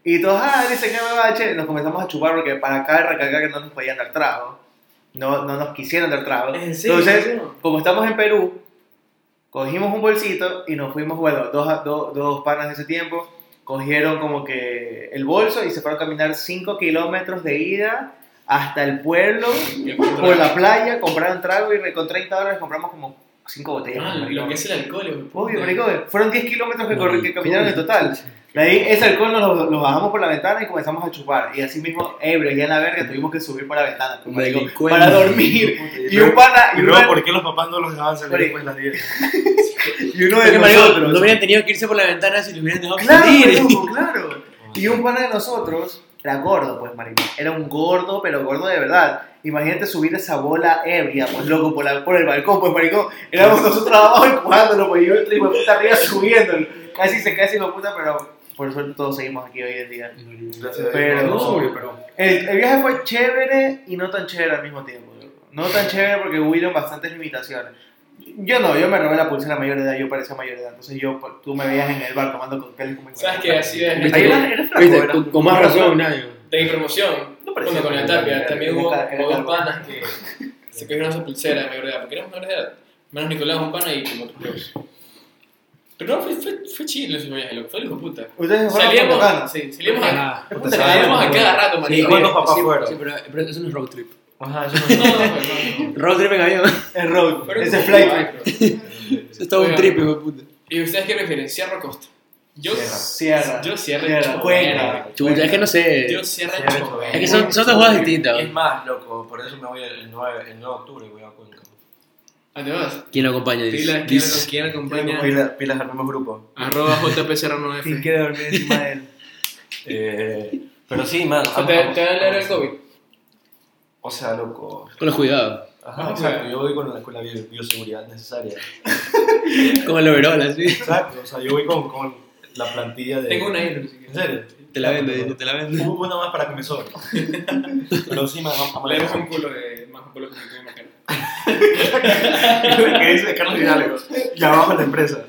[SPEAKER 3] Y todos, ah, dice que me bache. Y nos comenzamos a chupar porque para acá recargar que no nos podían dar trago. No, no nos quisieron dar trago.
[SPEAKER 5] ¿En serio?
[SPEAKER 3] Entonces, como estamos en Perú, cogimos un bolsito y nos fuimos, bueno, dos, dos, dos panas de ese tiempo cogieron como que el bolso y se fueron a caminar 5 kilómetros de ida hasta el pueblo, por la playa, compraron trago y re- con 30 dólares compramos como 5 botellas.
[SPEAKER 2] Ah,
[SPEAKER 3] maricón.
[SPEAKER 2] lo que es el alcohol. hijo de puta.
[SPEAKER 3] Obvio, marico, fueron 10 kilómetros que, corri- que
[SPEAKER 1] Maricón.
[SPEAKER 3] caminaron en total. De ahí ese alcohol nos lo, lo bajamos por la ventana y comenzamos a chupar. Y así mismo, ebrio, ya en la verga, tuvimos que subir por la ventana pues, marico,
[SPEAKER 1] Delincuente.
[SPEAKER 3] para dormir. Y un pana, y
[SPEAKER 4] Y
[SPEAKER 3] uno,
[SPEAKER 4] luego, ¿por qué los papás no los dejaban salir
[SPEAKER 3] Oye.
[SPEAKER 4] después de las 10?
[SPEAKER 3] y uno de
[SPEAKER 1] Porque, marico, no
[SPEAKER 3] nosotros.
[SPEAKER 1] hubieran tenido que irse por la ventana si lo hubieran dejado
[SPEAKER 3] Claro,
[SPEAKER 1] salir.
[SPEAKER 3] marico, claro. Y un pana de nosotros era gordo, pues, marico. Era un gordo, pero gordo de verdad. Imagínate subir esa bola ebria, pues, loco, por, la- por el balcón, pues, marico. Éramos nosotros abajo empujándolo, pues, y yo el trigo puta arriba subiéndolo. Casi se casi lo puta, pero por suerte todos seguimos aquí hoy en día.
[SPEAKER 4] Gracias a Dios.
[SPEAKER 3] Pero-
[SPEAKER 4] No, sobre, pero-
[SPEAKER 3] El, el viaje fue chévere y no tan chévere al mismo tiempo. loco. No tan chévere porque hubieron bastantes limitaciones. Yo no, yo me robé la pulsera a mayor de edad, yo parecía mayor de edad. Entonces yo, pues, tú me veías en el bar tomando cócteles como
[SPEAKER 2] ¿Sabes qué? Así es.
[SPEAKER 1] Viste,
[SPEAKER 3] Ahí
[SPEAKER 2] De
[SPEAKER 3] era- era flaco,
[SPEAKER 1] Viste,
[SPEAKER 3] era-
[SPEAKER 1] con, con más razón, nadie.
[SPEAKER 2] mi promoción.
[SPEAKER 3] No parecía
[SPEAKER 2] Bueno, con la
[SPEAKER 3] mayor de
[SPEAKER 2] tapia.
[SPEAKER 3] edad,
[SPEAKER 2] También
[SPEAKER 3] era
[SPEAKER 2] hubo
[SPEAKER 3] cal- era
[SPEAKER 2] como dos
[SPEAKER 3] calvo.
[SPEAKER 2] panas que se cogieron esa pulsera de mayor de edad. Porque éramos menores de edad. Menos Nicolás, un pana y como otros dos. Pero no, fue, fue, fue chido ese viaje, loco. Fue el hijo de puta.
[SPEAKER 3] Ustedes se fueron con
[SPEAKER 2] Salíamos,
[SPEAKER 3] ganas.
[SPEAKER 2] sí, salíamos, a,
[SPEAKER 1] Ah.
[SPEAKER 3] Puta,
[SPEAKER 4] se
[SPEAKER 2] salíamos a
[SPEAKER 4] bueno.
[SPEAKER 2] cada rato,
[SPEAKER 4] Sí,
[SPEAKER 2] marico.
[SPEAKER 4] ¿Cuántos papás
[SPEAKER 1] Sí, sí,
[SPEAKER 4] fueron?
[SPEAKER 1] pero, pero eso no es road trip.
[SPEAKER 3] Ajá,
[SPEAKER 2] No, no, no, no.
[SPEAKER 1] Road trip en avión.
[SPEAKER 3] El road,
[SPEAKER 2] Fueron
[SPEAKER 3] ese
[SPEAKER 2] como
[SPEAKER 3] flight.
[SPEAKER 2] cuatro.
[SPEAKER 1] Eso es todo un
[SPEAKER 2] Oiga.
[SPEAKER 1] trip, hijo de puta.
[SPEAKER 2] ¿Y ustedes qué prefieren? ¿Sierra o costa? Yo,
[SPEAKER 4] Sierra.
[SPEAKER 3] Sierra.
[SPEAKER 2] yo Sierra y
[SPEAKER 3] Sierra.
[SPEAKER 2] Chorro.
[SPEAKER 3] Cuenca.
[SPEAKER 1] Chucha, es que no sé.
[SPEAKER 2] yo Sierra y
[SPEAKER 4] Sierra y
[SPEAKER 2] Chorro.
[SPEAKER 4] Chorro.
[SPEAKER 1] Es que son, son dos cosas distintas.
[SPEAKER 5] Es
[SPEAKER 1] ¿no?
[SPEAKER 5] más, loco, por eso me voy el 9, el 9 de octubre y voy a Cuenca.
[SPEAKER 2] ¿A dónde vas?
[SPEAKER 1] ¿Quién lo acompaña? Dice-
[SPEAKER 2] Pilas,
[SPEAKER 1] dice-
[SPEAKER 2] ¿quién acompaña?
[SPEAKER 4] Pilas, pilas al mismo grupo.
[SPEAKER 2] Arroba
[SPEAKER 3] ¿Quién
[SPEAKER 2] JPCR9F.
[SPEAKER 3] quiere dormir encima de él?
[SPEAKER 4] Eh,
[SPEAKER 5] Pero sí, man.
[SPEAKER 2] Ah, ¿Te, te va a leer el COVID?
[SPEAKER 4] o sea, loco.
[SPEAKER 1] Con los cuidados.
[SPEAKER 4] Ajá,
[SPEAKER 2] Ah,
[SPEAKER 4] exacto.
[SPEAKER 2] bueno.
[SPEAKER 4] Yo voy con la, con la bio- bioseguridad necesaria.
[SPEAKER 1] Como el overall, así.
[SPEAKER 4] Exacto. O sea, yo voy con, con la plantilla de.
[SPEAKER 2] Tengo una ahí.
[SPEAKER 4] ¿En serio?
[SPEAKER 1] Te la vendo, dice, te la vendo.
[SPEAKER 4] Hubo una más para que me sobre. Pero sí, man, vamos a
[SPEAKER 2] Leemos un culo de más un culo que me tengo que
[SPEAKER 4] que dice Carlos Hidalgo. Ya abajo la empresa.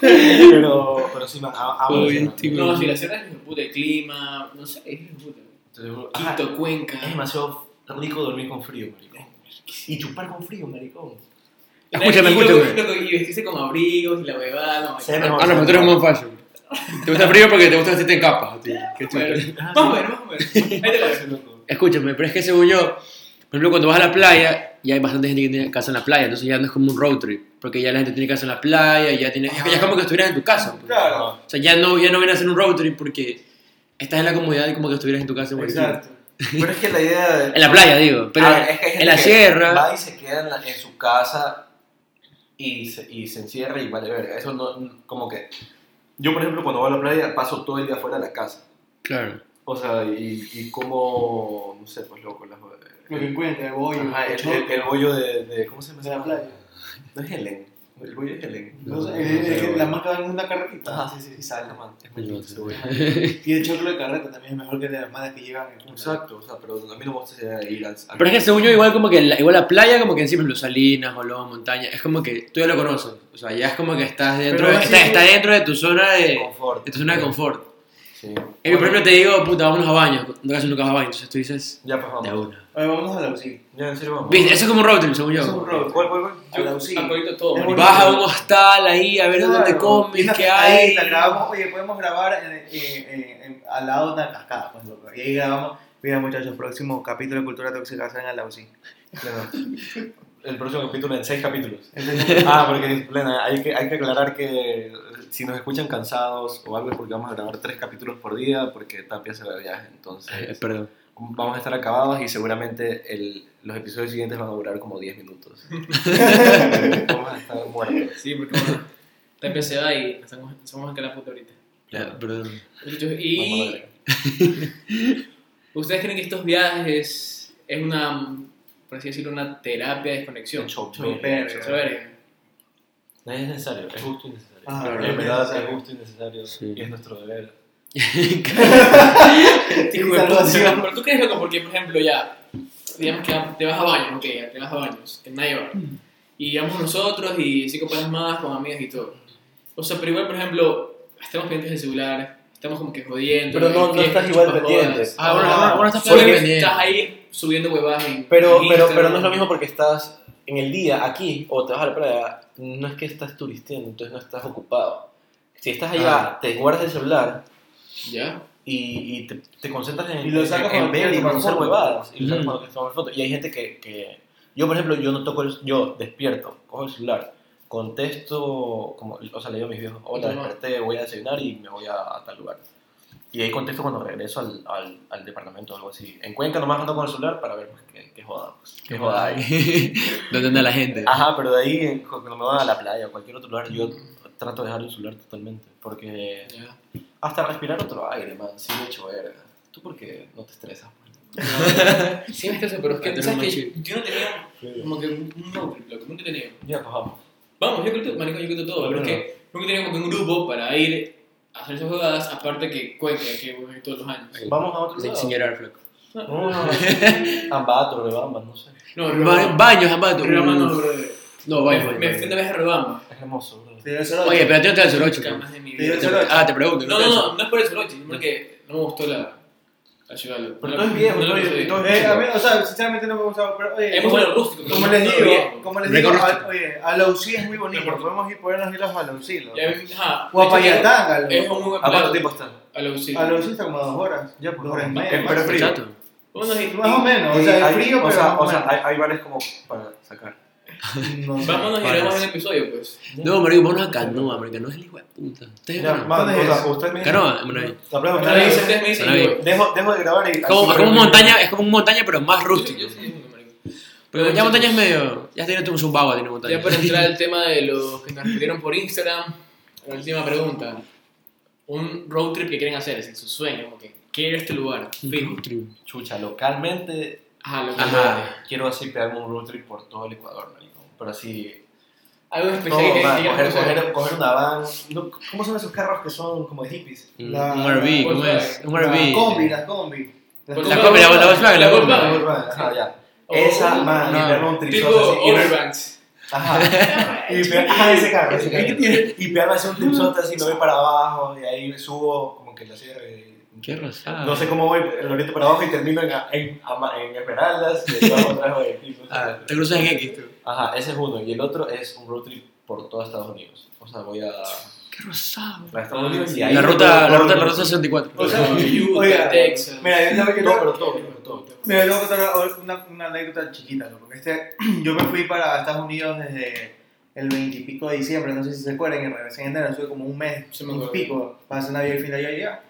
[SPEAKER 4] Pero, pero sí, man, a- amo
[SPEAKER 1] Todo
[SPEAKER 4] la
[SPEAKER 1] bien,
[SPEAKER 4] Sierra.
[SPEAKER 1] tío.
[SPEAKER 2] No, si la sierra es hijo de puta, el clima, no sé, es hijo de puta.
[SPEAKER 4] Entonces, ajá,
[SPEAKER 2] Quito, Cuenca.
[SPEAKER 4] Es demasiado rico dormir con frío, maricón. Y chupar con frío, maricón.
[SPEAKER 1] Escúchame,
[SPEAKER 2] Y yo-
[SPEAKER 1] escúchame.
[SPEAKER 2] loco, Y vestirse con abrigos y la huevada. no,
[SPEAKER 4] Se ve
[SPEAKER 2] no,
[SPEAKER 4] mejor.
[SPEAKER 1] Ah, no, pero tú eres más fashion. Te gusta frío porque te gusta vestirte en capas, tío. Qué
[SPEAKER 2] Más o
[SPEAKER 1] chulo.
[SPEAKER 2] menos, más o menos, más o menos. Ahí te lo dejo.
[SPEAKER 1] Escúchame, pero es que según yo, por ejemplo, cuando vas a la playa, ya hay bastante gente que tiene casa en la playa, entonces ya no es como un road trip, porque ya la gente tiene casa en la playa, ya tiene, es que ya es como que estuvieras en tu casa. pues.
[SPEAKER 3] Claro.
[SPEAKER 1] O sea, ya no, ya no viene a ser un road trip porque estás en la comodidad y como que estuvieras en tu casa. en Guayaquil.
[SPEAKER 3] Exacto. eh.
[SPEAKER 5] Pero es que la idea de.
[SPEAKER 1] En la playa, digo, pero
[SPEAKER 5] Ah, es que hay gente
[SPEAKER 1] en la
[SPEAKER 5] que
[SPEAKER 1] sierra,
[SPEAKER 5] Va y se queda en, la- en su casa y se, y se encierra y vale verga. Eso no, como que.
[SPEAKER 4] Yo, por ejemplo, cuando voy a la playa, paso todo el día fuera de la casa.
[SPEAKER 1] claro.
[SPEAKER 4] O sea, y, y como, no sé, pues loco, las,
[SPEAKER 3] Lo que encuentra, el bollo.
[SPEAKER 4] Ajá, el, el, el bollo de, de- ¿cómo se llama?
[SPEAKER 3] De la playa.
[SPEAKER 4] No es Helen, el bollo es Helen.
[SPEAKER 3] No sé, el- el- el- la marca de una carretita.
[SPEAKER 4] Ajá, sí, sí, sí, sale, man. Es muy
[SPEAKER 1] No
[SPEAKER 4] lindo
[SPEAKER 1] sé.
[SPEAKER 4] ese bollo.
[SPEAKER 3] Y el choclo de carreta también es mejor que de las malas que llegan. en-
[SPEAKER 4] Exacto, o sea, pero a mí no me gusta ir al... al-
[SPEAKER 1] Pero es que según yo, igual como que la, igual la playa, como que encima los salinas, Bolón, montaña, es como que tú ya lo conoces. O sea, ya es como que estás dentro,
[SPEAKER 3] Pero
[SPEAKER 1] de-
[SPEAKER 3] así
[SPEAKER 1] estás,
[SPEAKER 3] es-
[SPEAKER 1] estás dentro de tu zona de,
[SPEAKER 4] confort.
[SPEAKER 1] de tu zona de confort.
[SPEAKER 5] Sí.
[SPEAKER 1] Eh, por ejemplo, te digo, puta, vámonos a baño. No casi nunca vas a baño, entonces tú dices,
[SPEAKER 4] Ya, pues vamos.
[SPEAKER 1] de una.
[SPEAKER 3] Oye, vamos a la UCI.
[SPEAKER 4] Ya, en serio, vamos.
[SPEAKER 1] Viste, eso es como un road trip, según
[SPEAKER 3] Eso es un
[SPEAKER 1] yo.
[SPEAKER 3] road
[SPEAKER 4] ¿Cuál, cuál, cuál?
[SPEAKER 3] trip. A la UCI.
[SPEAKER 2] Apoyito todo.
[SPEAKER 3] Es
[SPEAKER 2] marico.
[SPEAKER 3] bonito.
[SPEAKER 1] Vas a un hostal ahí a ver dónde
[SPEAKER 3] Claro. Y
[SPEAKER 1] comes,
[SPEAKER 3] una
[SPEAKER 1] qué hay.
[SPEAKER 3] pescadita, grabamos, oye, podemos grabar en- en- en- en- al lado de una cascada. pues, loco. Y ahí grabamos. Mira, muchachos, próximo capítulo de Cultura Tóxica será en a la UCI.
[SPEAKER 4] Claro. El próximo capítulo en seis capítulos.
[SPEAKER 3] Entonces,
[SPEAKER 4] Ah, porque plena, hay que, hay que aclarar que eh, si nos escuchan cansados o algo es porque vamos a grabar tres capítulos por día porque Tapia se va de viaje.
[SPEAKER 1] Eh,
[SPEAKER 4] Entonces
[SPEAKER 1] Perdón.
[SPEAKER 4] vamos a estar acabados y seguramente el- los episodios siguientes van a durar como 10 minutos. vamos a estar muertos.
[SPEAKER 2] Sí, porque bueno, está empezada y estamos, estamos en la puta ahorita.
[SPEAKER 1] Ya, perdón.
[SPEAKER 2] Muchachos,
[SPEAKER 4] Vamos a
[SPEAKER 2] Y
[SPEAKER 4] ver.
[SPEAKER 2] ustedes creen que estos viajes es una, por así decirlo, una terapia de desconexión.
[SPEAKER 3] choper,
[SPEAKER 2] Eso es verga.
[SPEAKER 4] No es necesario, es justo y necesario.
[SPEAKER 3] Ah,
[SPEAKER 4] en
[SPEAKER 3] claro.
[SPEAKER 4] verdad
[SPEAKER 5] eh.
[SPEAKER 4] es Eh, justo y necesario
[SPEAKER 1] Sí.
[SPEAKER 4] y es nuestro deber.
[SPEAKER 2] Hijo de
[SPEAKER 3] salvación.
[SPEAKER 2] puta. Pero tú crees loco porque, por ejemplo, ya, digamos que te vas a baños, ok, ya te vas a baños, que nadie va.
[SPEAKER 5] Mm.
[SPEAKER 2] Y vamos nosotros y cinco panas más con amigas y todo. O sea, pero igual, por ejemplo, estamos pendientes del celular, estamos como que jodiendo.
[SPEAKER 5] Pero no- no
[SPEAKER 2] fiestas,
[SPEAKER 5] estás igual
[SPEAKER 2] chupas
[SPEAKER 5] pendiente.
[SPEAKER 2] jodas.
[SPEAKER 1] Ah, bueno, ah, bueno, estás
[SPEAKER 2] Solo que
[SPEAKER 1] pendiente.
[SPEAKER 2] estás ahí subiendo huevadas en
[SPEAKER 5] Pero, pero,
[SPEAKER 2] en
[SPEAKER 5] pero
[SPEAKER 2] Instagram.
[SPEAKER 5] no es lo mismo porque estás en el día aquí o te vas a la playa. No es que estás turisteando, entonces no estás ocupado. Si estás
[SPEAKER 4] Ah.
[SPEAKER 5] allá, te guardas el celular
[SPEAKER 2] ¿Ya?
[SPEAKER 5] y, y te, te concentras en,
[SPEAKER 3] Y lo
[SPEAKER 5] en-
[SPEAKER 3] sacas
[SPEAKER 5] en
[SPEAKER 3] cuando
[SPEAKER 5] ver
[SPEAKER 3] quieres
[SPEAKER 5] y
[SPEAKER 3] tomar
[SPEAKER 5] conocer
[SPEAKER 3] fotos.
[SPEAKER 5] huevadas. Y, lo sacas
[SPEAKER 1] Mm.
[SPEAKER 5] cuando quieres tomar fotos. y hay gente que, que. Yo, por ejemplo, yo no toco el. Yo despierto, cojo el celular, contesto. Como, o sea, le digo a mis viejos: Hola,
[SPEAKER 2] Ajá.
[SPEAKER 5] desperté, voy a desayunar y me voy a, a tal lugar. Y ahí contesto cuando regreso al, al, al departamento o algo así. En Cuenca nomás ando con el celular para ver pues, qué, qué joda. pues, qué joda hay.
[SPEAKER 1] ¿Dónde anda la gente?
[SPEAKER 4] Ah,
[SPEAKER 5] Ajá, pero de ahí, en- cuando me voy a la playa o cualquier otro lugar, yo trato de dejar el celular totalmente. Porque
[SPEAKER 2] ya.
[SPEAKER 5] hasta respirar otro aire, man, sí me echo verga. ¿Tú por qué no te estresas?
[SPEAKER 2] Sí, me estreso, pero es que
[SPEAKER 1] Antes
[SPEAKER 2] tú
[SPEAKER 1] era
[SPEAKER 2] sabes
[SPEAKER 1] más
[SPEAKER 2] que yo no tenía como que un un road trip, loco, nunca he tenido.
[SPEAKER 5] Ya, pues vamos.
[SPEAKER 2] Vamos, yo creo que, marico, yo creo que todo, pero es que nunca he tenido como que un grupo para ir a hacer esas jugadas, aparte que Cuenca, que voy todos los años.
[SPEAKER 5] Vamos a otro
[SPEAKER 1] Sin
[SPEAKER 5] lado.
[SPEAKER 1] señor Arflock.
[SPEAKER 5] No, no, no. Ambato, Rebamba, no sé.
[SPEAKER 2] No,
[SPEAKER 1] Ba-
[SPEAKER 2] Rebama-
[SPEAKER 1] Baños, Ambato.
[SPEAKER 2] Rebama no,
[SPEAKER 1] No,
[SPEAKER 2] bro.
[SPEAKER 1] baños,
[SPEAKER 2] Me- Me fui
[SPEAKER 1] baños.
[SPEAKER 2] una vez a Rebama.
[SPEAKER 5] Es hermoso, bro.
[SPEAKER 3] Pero solo-
[SPEAKER 1] Oye, pero a ti no te da el 08.
[SPEAKER 2] Nunca más de mi
[SPEAKER 3] Te dio
[SPEAKER 2] vida.
[SPEAKER 3] el soroche.
[SPEAKER 1] Ah, te pregunto.
[SPEAKER 2] No, no, no, no es por el soroche, sino porque no me gustó la, la ciudad. loco.
[SPEAKER 5] Pero
[SPEAKER 2] No
[SPEAKER 5] todo
[SPEAKER 2] la-
[SPEAKER 5] es viejo,
[SPEAKER 2] no la
[SPEAKER 5] todo es-
[SPEAKER 2] conseguí.
[SPEAKER 5] todo es-
[SPEAKER 3] Eh, a mí, o sea, sinceramente no me gustaba, pero oye,
[SPEAKER 2] Es muy bueno, rústico.
[SPEAKER 3] como
[SPEAKER 2] no-
[SPEAKER 3] les
[SPEAKER 2] no
[SPEAKER 3] digo,
[SPEAKER 2] viejo.
[SPEAKER 3] como les digo,
[SPEAKER 1] Reconozco.
[SPEAKER 3] a, oye, a la UCI es muy bonito, podemos ir ponernos hilos a la UCI, loco.
[SPEAKER 2] Y a mí- ajá,
[SPEAKER 3] O a
[SPEAKER 2] es que
[SPEAKER 3] Payatanga,
[SPEAKER 2] Es
[SPEAKER 5] eh,
[SPEAKER 3] loco.
[SPEAKER 2] un muy buen
[SPEAKER 4] ¿A cuánto
[SPEAKER 2] plan.
[SPEAKER 4] tiempo está?
[SPEAKER 2] A la UCI.
[SPEAKER 3] A la UCI está como a dos horas, ya por horas y media.
[SPEAKER 4] Pero
[SPEAKER 3] máximo.
[SPEAKER 4] frío.
[SPEAKER 1] Chato.
[SPEAKER 2] Unos y-
[SPEAKER 3] Más o menos, o sea, es
[SPEAKER 4] hay,
[SPEAKER 3] frío,
[SPEAKER 4] o
[SPEAKER 3] pero
[SPEAKER 4] sea,
[SPEAKER 3] más o
[SPEAKER 4] o sea,
[SPEAKER 3] menos.
[SPEAKER 4] hay, hay bares como para sacar.
[SPEAKER 3] No sé.
[SPEAKER 2] Vámonos y
[SPEAKER 1] Vale.
[SPEAKER 2] grabamos el episodio, pues.
[SPEAKER 1] No, marico, vámonos a Canoa, marico. No es el hijo de puta. Ustedes
[SPEAKER 4] Ya,
[SPEAKER 1] van.
[SPEAKER 4] vamos,
[SPEAKER 3] ¿dónde
[SPEAKER 4] o
[SPEAKER 3] es?
[SPEAKER 4] sea, ustedes me dicen-
[SPEAKER 1] Canoa, Manaví.
[SPEAKER 4] La prueba,
[SPEAKER 3] Bueno,
[SPEAKER 4] ustedes me dicen-
[SPEAKER 2] ustedes me dicen,
[SPEAKER 1] Bueno,
[SPEAKER 2] yo
[SPEAKER 1] ahí.
[SPEAKER 2] voy.
[SPEAKER 4] Dejo, dejo de grabar y...
[SPEAKER 1] Es como, es como montaña, es como un montaña, pero más rústico.
[SPEAKER 2] Yo sí, yo sí, marico.
[SPEAKER 1] Pero ya montaña es medio. Ya tiene un zumbago, tiene montaña.
[SPEAKER 2] Ya para entrar al tema de los que nos respondieron por Instagram, la última pregunta. Un road trip que quieren hacer, es decir, su sueño, como que quiero este lugar, fijo.
[SPEAKER 5] Chucha, localmente eh,
[SPEAKER 2] Ajá, lo que sea.
[SPEAKER 1] Ajá.
[SPEAKER 5] quiero así pegarme un road trip por todo el Ecuador, marico. Pero así...
[SPEAKER 2] Algo
[SPEAKER 5] Todo,
[SPEAKER 2] especial que
[SPEAKER 5] man,
[SPEAKER 2] quieran
[SPEAKER 5] coger,
[SPEAKER 2] hacer.
[SPEAKER 5] coger, coger una van. No, ¿Cómo son esos carros que son como de hippies?
[SPEAKER 1] Un
[SPEAKER 3] La-
[SPEAKER 1] un RV, ¿cómo
[SPEAKER 2] la-
[SPEAKER 1] es? Un
[SPEAKER 3] Las combi,
[SPEAKER 1] RV.
[SPEAKER 3] las combi. Las
[SPEAKER 2] Pues
[SPEAKER 1] La
[SPEAKER 3] combi.
[SPEAKER 1] combi, la la Volkswagen, la
[SPEAKER 2] La
[SPEAKER 1] combi.
[SPEAKER 2] Volkswagen.
[SPEAKER 5] Ajá, ya.
[SPEAKER 2] O-
[SPEAKER 5] Esa, man,
[SPEAKER 1] no.
[SPEAKER 5] y pegarme un
[SPEAKER 2] Tipo
[SPEAKER 5] trizote así. y-
[SPEAKER 2] Overbanks.
[SPEAKER 5] Ajá. Y pe- ajá, ese carro, ese carro. Y pegarme así un tripsote así, me voy para abajo y ahí subo como que la sierra. y-
[SPEAKER 1] Qué rosado.
[SPEAKER 5] No sé cómo voy, el oriente para abajo y termino en, en, ama- en Esmeraldas y luego otra vez aquí, no sé.
[SPEAKER 1] Ah, te cruzas en X, tú.
[SPEAKER 5] Ajá, ese es uno. Y el otro es un road trip por todo Estados Unidos. O sea, voy a, a
[SPEAKER 1] Qué rosado.
[SPEAKER 5] Estados Unidos y ahí.
[SPEAKER 1] La ruta, la ruta, la ruta
[SPEAKER 5] Todo,
[SPEAKER 1] 64.
[SPEAKER 3] O sea,
[SPEAKER 2] Utah,
[SPEAKER 3] oiga,
[SPEAKER 2] Texas.
[SPEAKER 3] Mira, yo sabía que
[SPEAKER 5] pero todo, pero todo.
[SPEAKER 3] Mira, yo voy a contar ahora una, una anécdota chiquita, loco. Este, yo me fui para Estados Unidos desde el 20 y pico de diciembre, no sé si se acuerdan, y regresé en enero, estuve como un mes,
[SPEAKER 2] Sí, me
[SPEAKER 3] un
[SPEAKER 2] acuerdo.
[SPEAKER 3] pico, pasé Navidad y fin de año allá.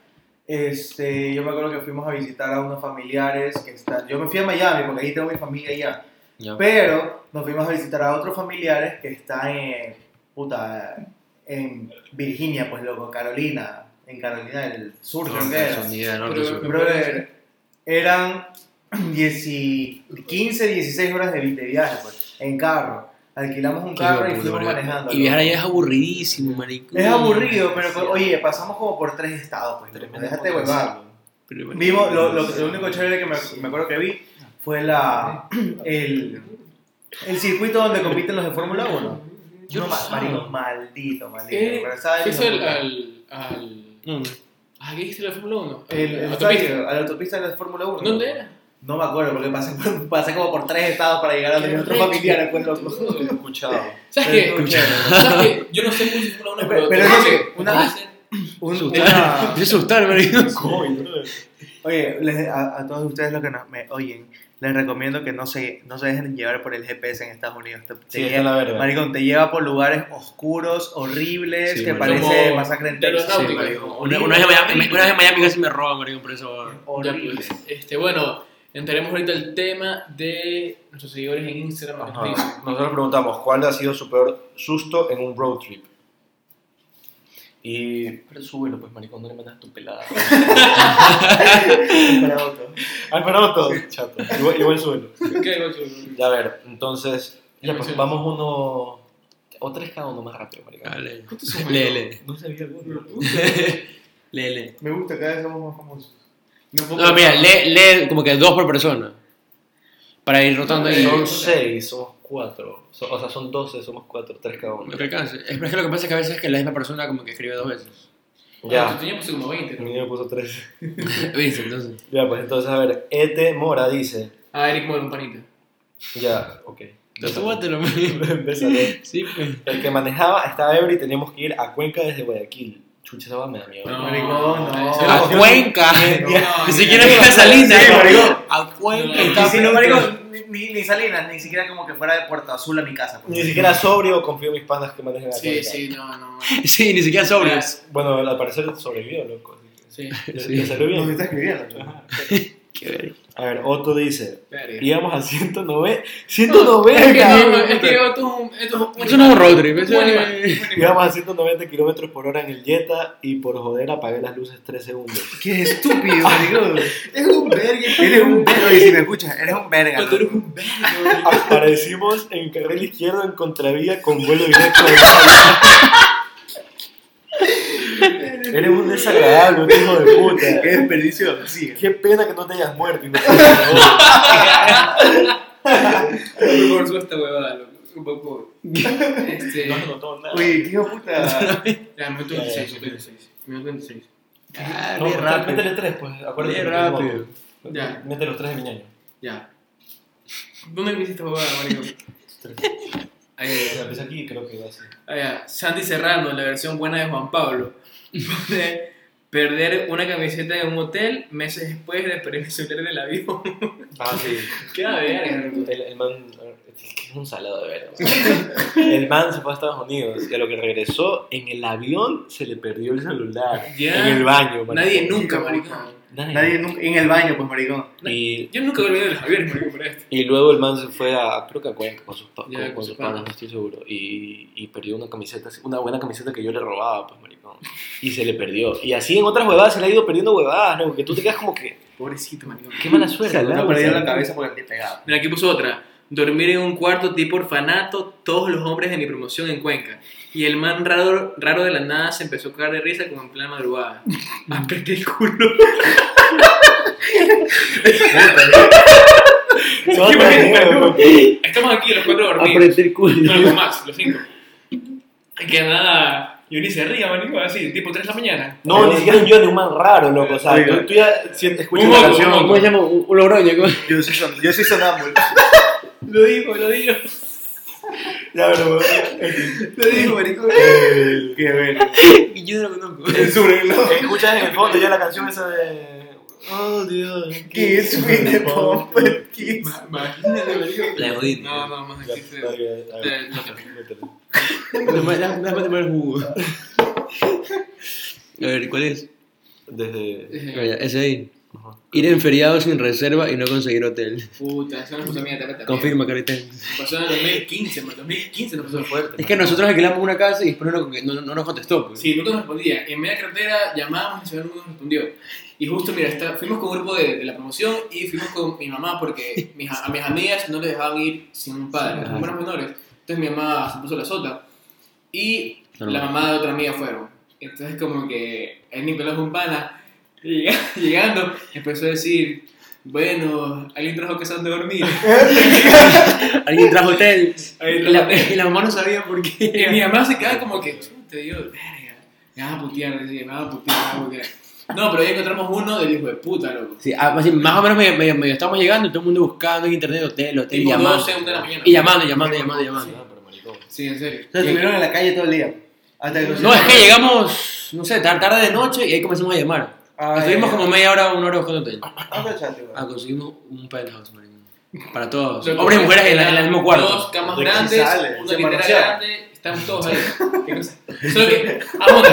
[SPEAKER 3] Este, yo me acuerdo que fuimos a visitar a unos familiares que están... Yo me fui a Miami porque ahí tengo mi familia allá.
[SPEAKER 1] Ya.
[SPEAKER 3] Pero nos fuimos a visitar a otros familiares que están en... Puta, en Virginia, pues loco, Carolina, en Carolina del Sur,
[SPEAKER 1] No,
[SPEAKER 3] creo que era.
[SPEAKER 1] no, ni idea, no, no, no.
[SPEAKER 3] Brother, eran 10 15, 16 horas de, vi- de viaje, pues, en carro. Alquilamos un
[SPEAKER 1] Qué
[SPEAKER 3] carro y
[SPEAKER 1] hijo de
[SPEAKER 3] fuimos
[SPEAKER 1] puta, marico.
[SPEAKER 3] manejando.
[SPEAKER 1] Y viajar
[SPEAKER 3] loco.
[SPEAKER 1] allá es aburridísimo, marico.
[SPEAKER 3] Es aburrido, pero pues, oye, pasamos como por tres estados, pues. loco, Déjate huevada.
[SPEAKER 1] Pero bueno.
[SPEAKER 3] Vimos, lo, lo, lo único chévere que me, me acuerdo que vi fue la, el, el circuito donde compiten los de Fórmula 1.
[SPEAKER 1] Yo
[SPEAKER 3] No,
[SPEAKER 1] no
[SPEAKER 3] ma-
[SPEAKER 1] sé.
[SPEAKER 3] marico, maldito, maldito.
[SPEAKER 2] Eh,
[SPEAKER 3] Pero, ¿sabes?
[SPEAKER 2] Fuiste al, al, al,
[SPEAKER 1] Mm.
[SPEAKER 2] Ah, ¿qué dijiste la Fórmula 1?
[SPEAKER 3] El, el
[SPEAKER 2] Autopista.
[SPEAKER 3] estadio, a la autopista de la Fórmula 1.
[SPEAKER 2] ¿Dónde era?
[SPEAKER 3] No me acuerdo, porque pasé, por- pasé como por tres estados para llegar a
[SPEAKER 2] Qué
[SPEAKER 3] donde otro
[SPEAKER 2] recho.
[SPEAKER 3] familiar, pues loco.
[SPEAKER 4] He escuchado.
[SPEAKER 2] ¿Sabes
[SPEAKER 3] Pero
[SPEAKER 2] qué?
[SPEAKER 3] estuvo chévere.
[SPEAKER 2] ¿Sabes qué? Yo no sé mucho de Fórmula 1,
[SPEAKER 3] Pero-
[SPEAKER 2] pero...
[SPEAKER 3] pero
[SPEAKER 2] tengo
[SPEAKER 3] eso
[SPEAKER 2] que-
[SPEAKER 3] sí, una-
[SPEAKER 2] ¿Puedo hacer?
[SPEAKER 3] Un-
[SPEAKER 1] Asustar,
[SPEAKER 3] una-
[SPEAKER 1] Ah, me asustar, marico.
[SPEAKER 3] Oye, les- a, a todos ustedes los que nos- me oyen, les recomiendo que no se, no se dejen llevar por el GPS en Estados Unidos. Te, te
[SPEAKER 4] Sí, está
[SPEAKER 3] lleva,
[SPEAKER 4] la verga.
[SPEAKER 3] maricón, te lleva por lugares oscuros, horribles,
[SPEAKER 1] Sí,
[SPEAKER 3] que
[SPEAKER 1] marico.
[SPEAKER 3] parece
[SPEAKER 2] Como
[SPEAKER 3] masacre en
[SPEAKER 2] de los
[SPEAKER 3] Texas.
[SPEAKER 1] Sí,
[SPEAKER 2] Náutico,
[SPEAKER 1] marico.
[SPEAKER 2] ¿no?
[SPEAKER 1] Una, una vez en Miami, una vez en Miami casi me roban, marico, por eso.
[SPEAKER 2] Ya,
[SPEAKER 3] Horrible.
[SPEAKER 2] pues, este, bueno, entraremos ahorita el tema de nuestros seguidores en Instagram. que nos dicen.
[SPEAKER 4] Ajá. Nosotros preguntamos cuál ha sido su peor susto en un road trip. Y
[SPEAKER 5] Pero súbelo, pues, maricón, no le mandas tu pelada.
[SPEAKER 4] Al peraboto. Chato. Igual, igual suelo.
[SPEAKER 2] ¿Qué, Gocho?
[SPEAKER 4] Ya a ver, entonces.
[SPEAKER 5] Ya, pues,
[SPEAKER 2] Emociones.
[SPEAKER 5] vamos uno. O tres cada uno más rápido, maricón.
[SPEAKER 1] Dale. Lele,
[SPEAKER 5] No sabía alguno.
[SPEAKER 1] lele.
[SPEAKER 3] Me gusta, cada vez somos más famosos.
[SPEAKER 1] No, mira, lee, lee como que dos por persona. Para ir rotando ahí.
[SPEAKER 5] Son seis, somos cuatro. So- o sea, son doce, somos cuatro, tres cada uno.
[SPEAKER 1] Lo que alcance. Es pero es que lo que pasa es que a veces es que la misma persona como que escribe dos veces.
[SPEAKER 2] Yo
[SPEAKER 4] Ya.
[SPEAKER 2] tenía pues, como 20.
[SPEAKER 4] El
[SPEAKER 2] ¿no?
[SPEAKER 4] niño me puso tres.
[SPEAKER 1] ¿Viste? Entonces.
[SPEAKER 4] Ya, pues entonces, a ver. Ete Mora dice.
[SPEAKER 2] Ah, Eric Mora, un panita.
[SPEAKER 4] Ya, ok.
[SPEAKER 1] Tatúatelo, marico.
[SPEAKER 4] Bésalo.
[SPEAKER 1] Sí, pues.
[SPEAKER 4] El que manejaba estaba ebrio y teníamos que ir a Cuenca desde Guayaquil. Chucha, esa va me da miedo.
[SPEAKER 2] No.
[SPEAKER 3] Maricón, no.
[SPEAKER 2] Ah,
[SPEAKER 1] A Cuenca.
[SPEAKER 2] No,
[SPEAKER 1] Ni
[SPEAKER 2] no,
[SPEAKER 1] siquiera
[SPEAKER 2] no,
[SPEAKER 1] es
[SPEAKER 2] no.
[SPEAKER 1] Casalina.
[SPEAKER 3] Sí, marico.
[SPEAKER 1] A Cuenca.
[SPEAKER 3] Y si no, maricón, ni- ni, ni Salinas, ni siquiera como que fuera de Puerto Azul a mi casa. pues.
[SPEAKER 4] Ni siquiera sobrio confío en mis panas que manejan a
[SPEAKER 2] Sí,
[SPEAKER 4] Cuenca.
[SPEAKER 2] sí, no, no.
[SPEAKER 1] Sí, ni siquiera sobrio.
[SPEAKER 4] Bueno, al parecer sobrevivió, loco.
[SPEAKER 2] Sí,
[SPEAKER 4] Le-
[SPEAKER 1] Sí.
[SPEAKER 4] le salió
[SPEAKER 3] Nos
[SPEAKER 4] bien.
[SPEAKER 3] está escribiendo.
[SPEAKER 1] Qué verga.
[SPEAKER 4] A ver, Otto dice.
[SPEAKER 2] verga.
[SPEAKER 4] Íbamos a
[SPEAKER 2] Es
[SPEAKER 4] 190.
[SPEAKER 2] que, no,
[SPEAKER 4] ¡190!
[SPEAKER 2] es que esto es un. Esto es
[SPEAKER 1] Eso no es un road trip.
[SPEAKER 2] Es
[SPEAKER 1] Eso
[SPEAKER 2] un
[SPEAKER 1] es...
[SPEAKER 2] animal.
[SPEAKER 4] Íbamos a 190 kilómetros por hora en el Jetta y por joder apagué las luces 3 segundos.
[SPEAKER 3] Qué estúpido, maricón. Es un verga. Eres un verga. Y si me escuchas, eres un verga.
[SPEAKER 2] Cuando eres
[SPEAKER 3] loco.
[SPEAKER 2] un verga.
[SPEAKER 4] Aparecimos en carril izquierdo en contravía con vuelo directo de Cali. Eres un desagradable, un hijo de
[SPEAKER 3] Qué
[SPEAKER 4] puta.
[SPEAKER 3] desperdicio de oxígeno.
[SPEAKER 4] Qué pena que no te hayas muerto. y no te hayas muerto.
[SPEAKER 2] Por suerte, esta huevada, loco. Un poco. Este.
[SPEAKER 5] No notó nada.
[SPEAKER 3] Uy, qué hijo de puta.
[SPEAKER 2] Ya, minuto 26, minuto 26. Minuto 26.
[SPEAKER 1] Ah,
[SPEAKER 5] No,
[SPEAKER 1] bien rápido.
[SPEAKER 5] métele tres, pues. Acuérdate.
[SPEAKER 1] Bien
[SPEAKER 5] que tenemos
[SPEAKER 1] rápido.
[SPEAKER 5] moto.
[SPEAKER 2] Ya.
[SPEAKER 5] Métele los tres de mi ñaño.
[SPEAKER 2] Ya. ¿Dónde me hiciste huevada, marico? Ahí,
[SPEAKER 5] O
[SPEAKER 2] ahí,
[SPEAKER 5] sea,
[SPEAKER 2] ahí.
[SPEAKER 5] Empieza aquí y creo que va así.
[SPEAKER 2] Ah, ya. Santi Serrano, en la versión buena de Juan Pablo. Pone, perder una camiseta de un hotel meses después de permisionar en el avión.
[SPEAKER 5] Ah, sí.
[SPEAKER 2] Qué verga.
[SPEAKER 5] El, el man. Es que es un salado de verdad. El man se fue a Estados Unidos y a lo que regresó, en el avión se le perdió el celular.
[SPEAKER 2] Ya.
[SPEAKER 5] En el baño, marico.
[SPEAKER 2] Nadie nunca,
[SPEAKER 3] Sí,
[SPEAKER 2] maricón.
[SPEAKER 5] Nadie.
[SPEAKER 3] Nadie nunca, en el baño, pues, maricón.
[SPEAKER 5] Y,
[SPEAKER 2] Yo nunca he olvidado de los aviones, maricón, por esto.
[SPEAKER 5] y luego el man se fue a, creo que a Cuenca con sus, pa-
[SPEAKER 2] Ya,
[SPEAKER 5] con,
[SPEAKER 2] con
[SPEAKER 5] con
[SPEAKER 2] sus
[SPEAKER 5] sus panas,
[SPEAKER 2] panas.
[SPEAKER 5] no estoy seguro. Y, y perdió una camiseta, así, una buena camiseta que yo le robaba, pues, maricón. Y se le perdió. Y así en otras huevadas se le ha ido perdiendo huevadas, ¿no? Que tú te quedas como que,
[SPEAKER 2] Pobrecito, maricón.
[SPEAKER 5] qué mala suerte.
[SPEAKER 3] Nunca
[SPEAKER 5] ¿no?
[SPEAKER 3] perdí la cabeza porque te pegaba.
[SPEAKER 2] Mira, aquí puso otra. Dormir en un cuarto tipo orfanato, todos los hombres de mi promoción en Cuenca. Y el man raro, raro de la nada se empezó a caer de risa como en plena madrugada. Apreté el culo.
[SPEAKER 4] No,
[SPEAKER 2] Qué
[SPEAKER 4] no, no.
[SPEAKER 2] Estamos aquí los cuatro dormidos.
[SPEAKER 1] Apreté el culo.
[SPEAKER 2] No, los Max, los cinco. Y que nada, y ni se ría, manico, así, tipo 3 de la mañana.
[SPEAKER 4] No, ni siquiera un yo de un man raro, loco. O sea, tú, tú ya si escuchas
[SPEAKER 2] Un
[SPEAKER 4] la
[SPEAKER 2] moco,
[SPEAKER 4] canción.
[SPEAKER 2] un moco.
[SPEAKER 1] ¿Cómo se llama? Un un logroño. ¿cómo?
[SPEAKER 3] Yo soy, son, yo soy sonámbulo.
[SPEAKER 2] Lo digo, lo digo.
[SPEAKER 4] Ya, pero. eh,
[SPEAKER 3] Lo digo, maricón. Qué ver.
[SPEAKER 1] Y Yo no lo conozco.
[SPEAKER 3] Censúrenlo.
[SPEAKER 4] Escuchas en el fondo ya la canción esa de. Oh, Dios.
[SPEAKER 3] Kiss with the pump and kiss.
[SPEAKER 2] Ma- Imagínate, marico.
[SPEAKER 1] La jodí.
[SPEAKER 2] No, no, más
[SPEAKER 4] Ya,
[SPEAKER 2] existe.
[SPEAKER 4] dale, dale,
[SPEAKER 2] No
[SPEAKER 4] dale, métele.
[SPEAKER 1] Déjame déjame tomar el jugo. A ver, ¿cuál es?
[SPEAKER 4] Desde.
[SPEAKER 2] Eh,
[SPEAKER 1] Vaya, ese ahí. Ir en feriado sin reserva y no conseguir hotel.
[SPEAKER 2] Puta, eso no es cosa mía, te metes.
[SPEAKER 1] Confirma, Carita.
[SPEAKER 2] Pasó en el 2015, man, 2015 nos pasó fuerte.
[SPEAKER 1] Es que nosotros alquilamos una casa y después no, no- no nos contestó. pues.
[SPEAKER 2] Sí, nunca nos respondía. En media carretera llamábamos y el señor nunca nos respondió. Y justo, mira, está- fuimos con un grupo de, de la promoción y fuimos con mi mamá porque mis, a mis amigas no les dejaban ir sin un padre, como eran menores. Entonces mi mamá se puso la sota y
[SPEAKER 1] Normal.
[SPEAKER 2] la mamá de otra amiga fueron. Entonces como que el Nicolás un pana llega- llegando empezó a decir, bueno, alguien trajo que se han de dormir.
[SPEAKER 1] Alguien trajo hotel.
[SPEAKER 2] Ahí
[SPEAKER 1] Y
[SPEAKER 2] trajo
[SPEAKER 1] la,
[SPEAKER 2] hotel.
[SPEAKER 1] y la mamá no sabía por
[SPEAKER 2] Y
[SPEAKER 1] qué.
[SPEAKER 2] mi mamá se queda como que, te digo, verga, me van a putear, decía, me van a putear, me van a putear. No, pero ahí encontramos uno del hijo de puta, loco.
[SPEAKER 1] Sí, ah, así, más o menos medio, medio- medio estamos llegando y todo el mundo buscando en internet hotel, hotel,
[SPEAKER 2] Tipo
[SPEAKER 1] llamando.
[SPEAKER 2] 12, una de la mañana.
[SPEAKER 1] Y llamando, llamando, llamando, llamando.
[SPEAKER 5] pero maricón.
[SPEAKER 2] Sí, en serio.
[SPEAKER 3] sea, estuvieron en la calle todo el día. Hasta que
[SPEAKER 1] No, es que llegamos, no sé, tar- tarde de noche y ahí comenzamos a llamar.
[SPEAKER 3] Ah,
[SPEAKER 1] Estuvimos
[SPEAKER 2] eh.
[SPEAKER 3] ya, ya.
[SPEAKER 1] como media hora, una hora buscando hotel.
[SPEAKER 3] Ah, pero chate, güey.
[SPEAKER 1] Ah, conseguimos un penthouse, marico. Para todos.
[SPEAKER 2] Loco,
[SPEAKER 1] Hombres y mujeres en, la- en el mismo
[SPEAKER 2] Dos
[SPEAKER 1] cuarto.
[SPEAKER 2] camas
[SPEAKER 3] De que
[SPEAKER 2] grandes,
[SPEAKER 3] se sale,
[SPEAKER 2] una
[SPEAKER 3] se
[SPEAKER 2] litera
[SPEAKER 3] manosean.
[SPEAKER 2] grande, estamos todos ahí. ¿Qué cosa? Solo que, vamos,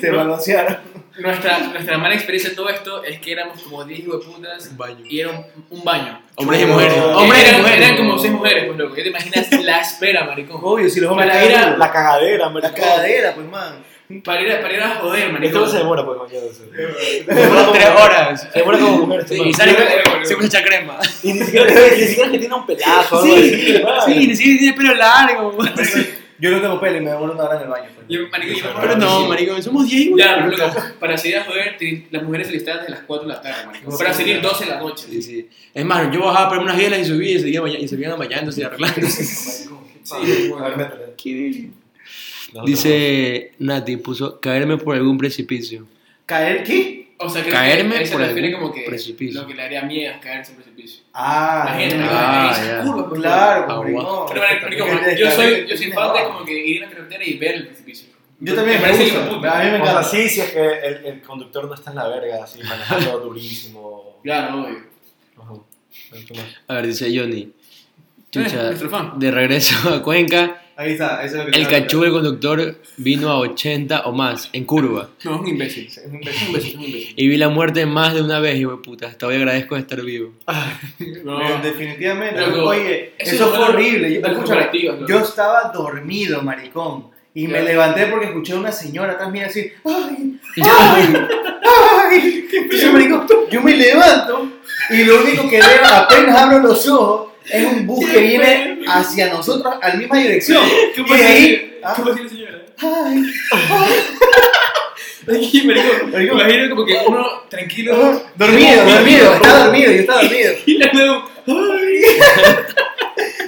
[SPEAKER 3] Se balancearon.
[SPEAKER 2] nuestra, nuestra mala experiencia en todo esto es que éramos como 10 hijos de putas
[SPEAKER 1] baño.
[SPEAKER 2] y era un, un baño.
[SPEAKER 1] Hombres y mujeres.
[SPEAKER 3] No.
[SPEAKER 1] Hombres y
[SPEAKER 2] eran,
[SPEAKER 1] mujeres.
[SPEAKER 2] eran como 6 mujeres, pues loco. ¿Qué te imaginas la espera, maricón?
[SPEAKER 3] Obvio, si los
[SPEAKER 2] Para
[SPEAKER 3] hombres
[SPEAKER 2] ir a-
[SPEAKER 3] caen,
[SPEAKER 4] La cagadera,
[SPEAKER 3] la
[SPEAKER 4] maricón.
[SPEAKER 3] cadera, pues, man.
[SPEAKER 2] Para ir a, para ir a joder,
[SPEAKER 4] Esto no
[SPEAKER 2] maricón.
[SPEAKER 4] se demora, pues, coño. Se
[SPEAKER 1] Unas tres horas.
[SPEAKER 4] demora como mujer.
[SPEAKER 1] Sí,
[SPEAKER 4] este,
[SPEAKER 1] y
[SPEAKER 4] man.
[SPEAKER 1] sale
[SPEAKER 2] Yo-
[SPEAKER 1] con- siempre se echa crema.
[SPEAKER 4] Y ni siquiera ni siquiera es que tiene un pelazo o algo así, man.
[SPEAKER 1] sí, ni siquiera tiene pelo largo.
[SPEAKER 3] Yo no tengo pelo y me demoro una hora en el baño. pues.
[SPEAKER 2] Yo, maricón, yo me acuerdo
[SPEAKER 1] Pero no,
[SPEAKER 2] que-
[SPEAKER 1] marico, somos 10 y
[SPEAKER 2] Ya, pero loco, para salir a joder, te- las mujeres se listaban desde las 4 de la tarde, maricón.
[SPEAKER 3] No,
[SPEAKER 2] Para
[SPEAKER 3] sí,
[SPEAKER 2] salir
[SPEAKER 3] ya.
[SPEAKER 2] 12 de la noche.
[SPEAKER 1] Sí, sí. Es más, yo bajaba por unas bielas y subía y seguía baña- y seguían bañándose y arreglándose.
[SPEAKER 2] Sí,
[SPEAKER 4] A ver,
[SPEAKER 2] bueno.
[SPEAKER 4] métele. Nosotros-
[SPEAKER 1] Dice Nati, puso caerme por algún precipicio.
[SPEAKER 3] ¿Caer qué?
[SPEAKER 2] O sea, creo
[SPEAKER 1] Caerme
[SPEAKER 2] que ahí se
[SPEAKER 1] por
[SPEAKER 2] refiere
[SPEAKER 1] algún
[SPEAKER 2] como que
[SPEAKER 1] precipicio.
[SPEAKER 2] lo que le haría miedo es caerse en precipicio.
[SPEAKER 3] Ah,
[SPEAKER 2] Imagínate,
[SPEAKER 3] ya.
[SPEAKER 2] marico,
[SPEAKER 1] Ah,
[SPEAKER 2] ahí se
[SPEAKER 1] ya.
[SPEAKER 2] curva, pues,
[SPEAKER 3] Claro,
[SPEAKER 1] Ah,
[SPEAKER 3] pues,
[SPEAKER 1] guau.
[SPEAKER 3] no.
[SPEAKER 2] Pero, marico, marico, como- yo soy, yo soy fan de como que ir a la carretera y ver el precipicio.
[SPEAKER 3] Yo también
[SPEAKER 2] Me
[SPEAKER 3] me
[SPEAKER 2] parece
[SPEAKER 3] gusta.
[SPEAKER 2] hijo de puta.
[SPEAKER 3] A mí me
[SPEAKER 4] O sea,
[SPEAKER 3] encanta.
[SPEAKER 4] sí, si es que el, el conductor no está en la verga, así, manejando durísimo.
[SPEAKER 2] Claro, obvio.
[SPEAKER 4] Ajá. ¿Qué más?
[SPEAKER 1] A ver, dice Johnny.
[SPEAKER 2] Eh,
[SPEAKER 1] Chucha,
[SPEAKER 2] nuestro fan.
[SPEAKER 1] de regreso a Cuenca,
[SPEAKER 3] Ahí está, eso es lo que
[SPEAKER 1] el
[SPEAKER 3] estaba
[SPEAKER 1] cachú del conductor vino a 80 o más en curva
[SPEAKER 2] No, es un imbécil. Es
[SPEAKER 3] pensando.
[SPEAKER 2] un imbécil, es un imbécil.
[SPEAKER 1] y vi la muerte más de una vez, hijo de puta. Hasta hoy agradezco de estar vivo.
[SPEAKER 3] Eh, Definitivamente.
[SPEAKER 2] Loco,
[SPEAKER 3] Oye,
[SPEAKER 2] eso
[SPEAKER 3] eso,
[SPEAKER 2] es
[SPEAKER 3] fue
[SPEAKER 2] una-
[SPEAKER 3] horrible. Yo,
[SPEAKER 2] las
[SPEAKER 3] escúchame,
[SPEAKER 2] corporativas, loco.
[SPEAKER 3] yo estaba dormido, maricón. Y me
[SPEAKER 2] Ya.
[SPEAKER 3] levanté porque escuché a una señora atrás mía decir, ¡ay! ¡ay! ¡ay! Entonces, maricón, yo me levanto y lo único que veo, apenas abro los ojos, es un bus que viene hacia nosotros, a la misma dirección.
[SPEAKER 2] ¿Qué
[SPEAKER 3] Y de ahí,
[SPEAKER 2] ¿Qué
[SPEAKER 3] ah,
[SPEAKER 2] pasa si la señora?
[SPEAKER 3] ¡ay!
[SPEAKER 2] Ay, marico,
[SPEAKER 3] Marico.
[SPEAKER 2] me imagino como que uno tranquilo.
[SPEAKER 3] Dormido, dormido, estaba dormido, yo estaba dormido.
[SPEAKER 2] Y la veo. Ay.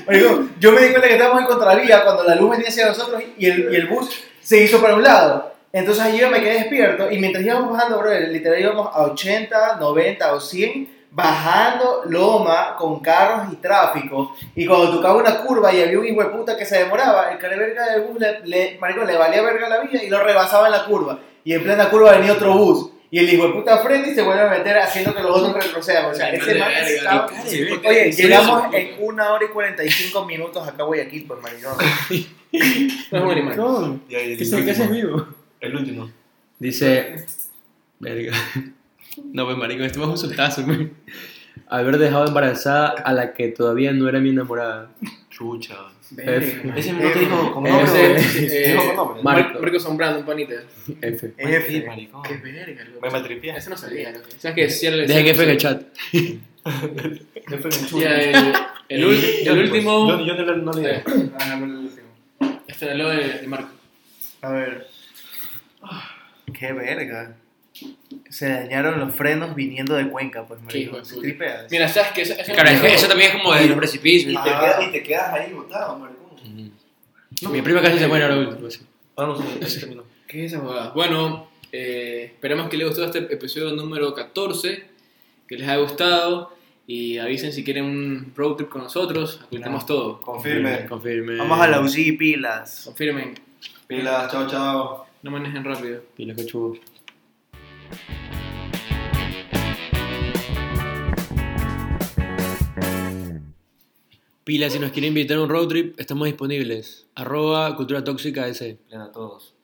[SPEAKER 3] Marico, yo me di cuenta que estábamos en contravía cuando la luz venía hacia nosotros y el, y el bus se hizo para un lado. Entonces ahí yo me quedé despierto y mientras íbamos bajando, bro, literal íbamos a 80, 90 o 100, bajando loma con carros y tráfico. Y cuando tocaba una curva y había un hijo de puta que se demoraba, el cara de verga del bus le, le- marico, le valía verga la vía y lo rebasaba en la curva. Y en plena curva venía otro bus. Y el hijo de puta frente y se vuelve a meter haciendo que los otros retrocedan. O sea, ese man estaba- Oye, llegamos en una hora y 45 minutos acá a Guayaquil, pues, maricón.
[SPEAKER 2] No es un animal.
[SPEAKER 4] Y ahí el
[SPEAKER 1] haces
[SPEAKER 4] último.
[SPEAKER 1] vivo?
[SPEAKER 4] El último.
[SPEAKER 1] Dice. Verga. No, pues marico, esto es un soltazo, güey. Haber dejado embarazada a la que todavía no era mi enamorada.
[SPEAKER 5] Chucha.
[SPEAKER 2] Verga.
[SPEAKER 5] Ese no te dijo como
[SPEAKER 1] Eh,
[SPEAKER 5] nombre,
[SPEAKER 1] ese-
[SPEAKER 5] güey.
[SPEAKER 2] eh,
[SPEAKER 5] Te dijo con nombre.
[SPEAKER 1] Mar- Marco.
[SPEAKER 2] Marco. Marco Sombrando, un panita.
[SPEAKER 1] F.
[SPEAKER 5] Sí,
[SPEAKER 3] F.
[SPEAKER 5] maricón.
[SPEAKER 2] Qué verga, loco.
[SPEAKER 4] Me maltripié.
[SPEAKER 2] Eso no sabía, loco. ¿Sabes qué? Cierra el-
[SPEAKER 1] Dejen que F en el chat.
[SPEAKER 2] Ya, el, el, ul- el último.
[SPEAKER 4] Yo, yo no, le- no le diré.
[SPEAKER 3] Ah, no, no, no, no.
[SPEAKER 2] Este era lo de, de Marco.
[SPEAKER 3] A ver. Qué verga. Se dañaron los frenos viniendo de Cuenca, pues,
[SPEAKER 2] Qué hijo
[SPEAKER 3] maricón.
[SPEAKER 2] de
[SPEAKER 3] Se
[SPEAKER 2] puta.
[SPEAKER 3] tripeas.
[SPEAKER 2] Mira, ¿sabes qué? Eso, eso
[SPEAKER 1] Claro, es que
[SPEAKER 2] me-
[SPEAKER 1] eso también es como de los precipicios.
[SPEAKER 3] te quedas-
[SPEAKER 4] y te quedas ahí botado, maricón.
[SPEAKER 1] Mi prima casi se muere ahora Pues, último. sí.
[SPEAKER 4] Ah, no, sí, sí, terminó.
[SPEAKER 2] ¿Qué es esa jugada? Bueno, eh, esperamos que les haya gustado este episodio número 14. Que les haya gustado. Y avisen si quieren un road trip con nosotros. Acudamos todo.
[SPEAKER 4] Confirme.
[SPEAKER 1] Confirme.
[SPEAKER 3] Vamos a la UCI pilas.
[SPEAKER 2] Confirmen.
[SPEAKER 4] Pilas, chao, chao.
[SPEAKER 2] No manejen rápido.
[SPEAKER 1] Pilas cachubos. Pilas, si nos quieren invitar a un road trip, estamos disponibles. Arroba Cultura Tóxica S.
[SPEAKER 5] Plena a todos.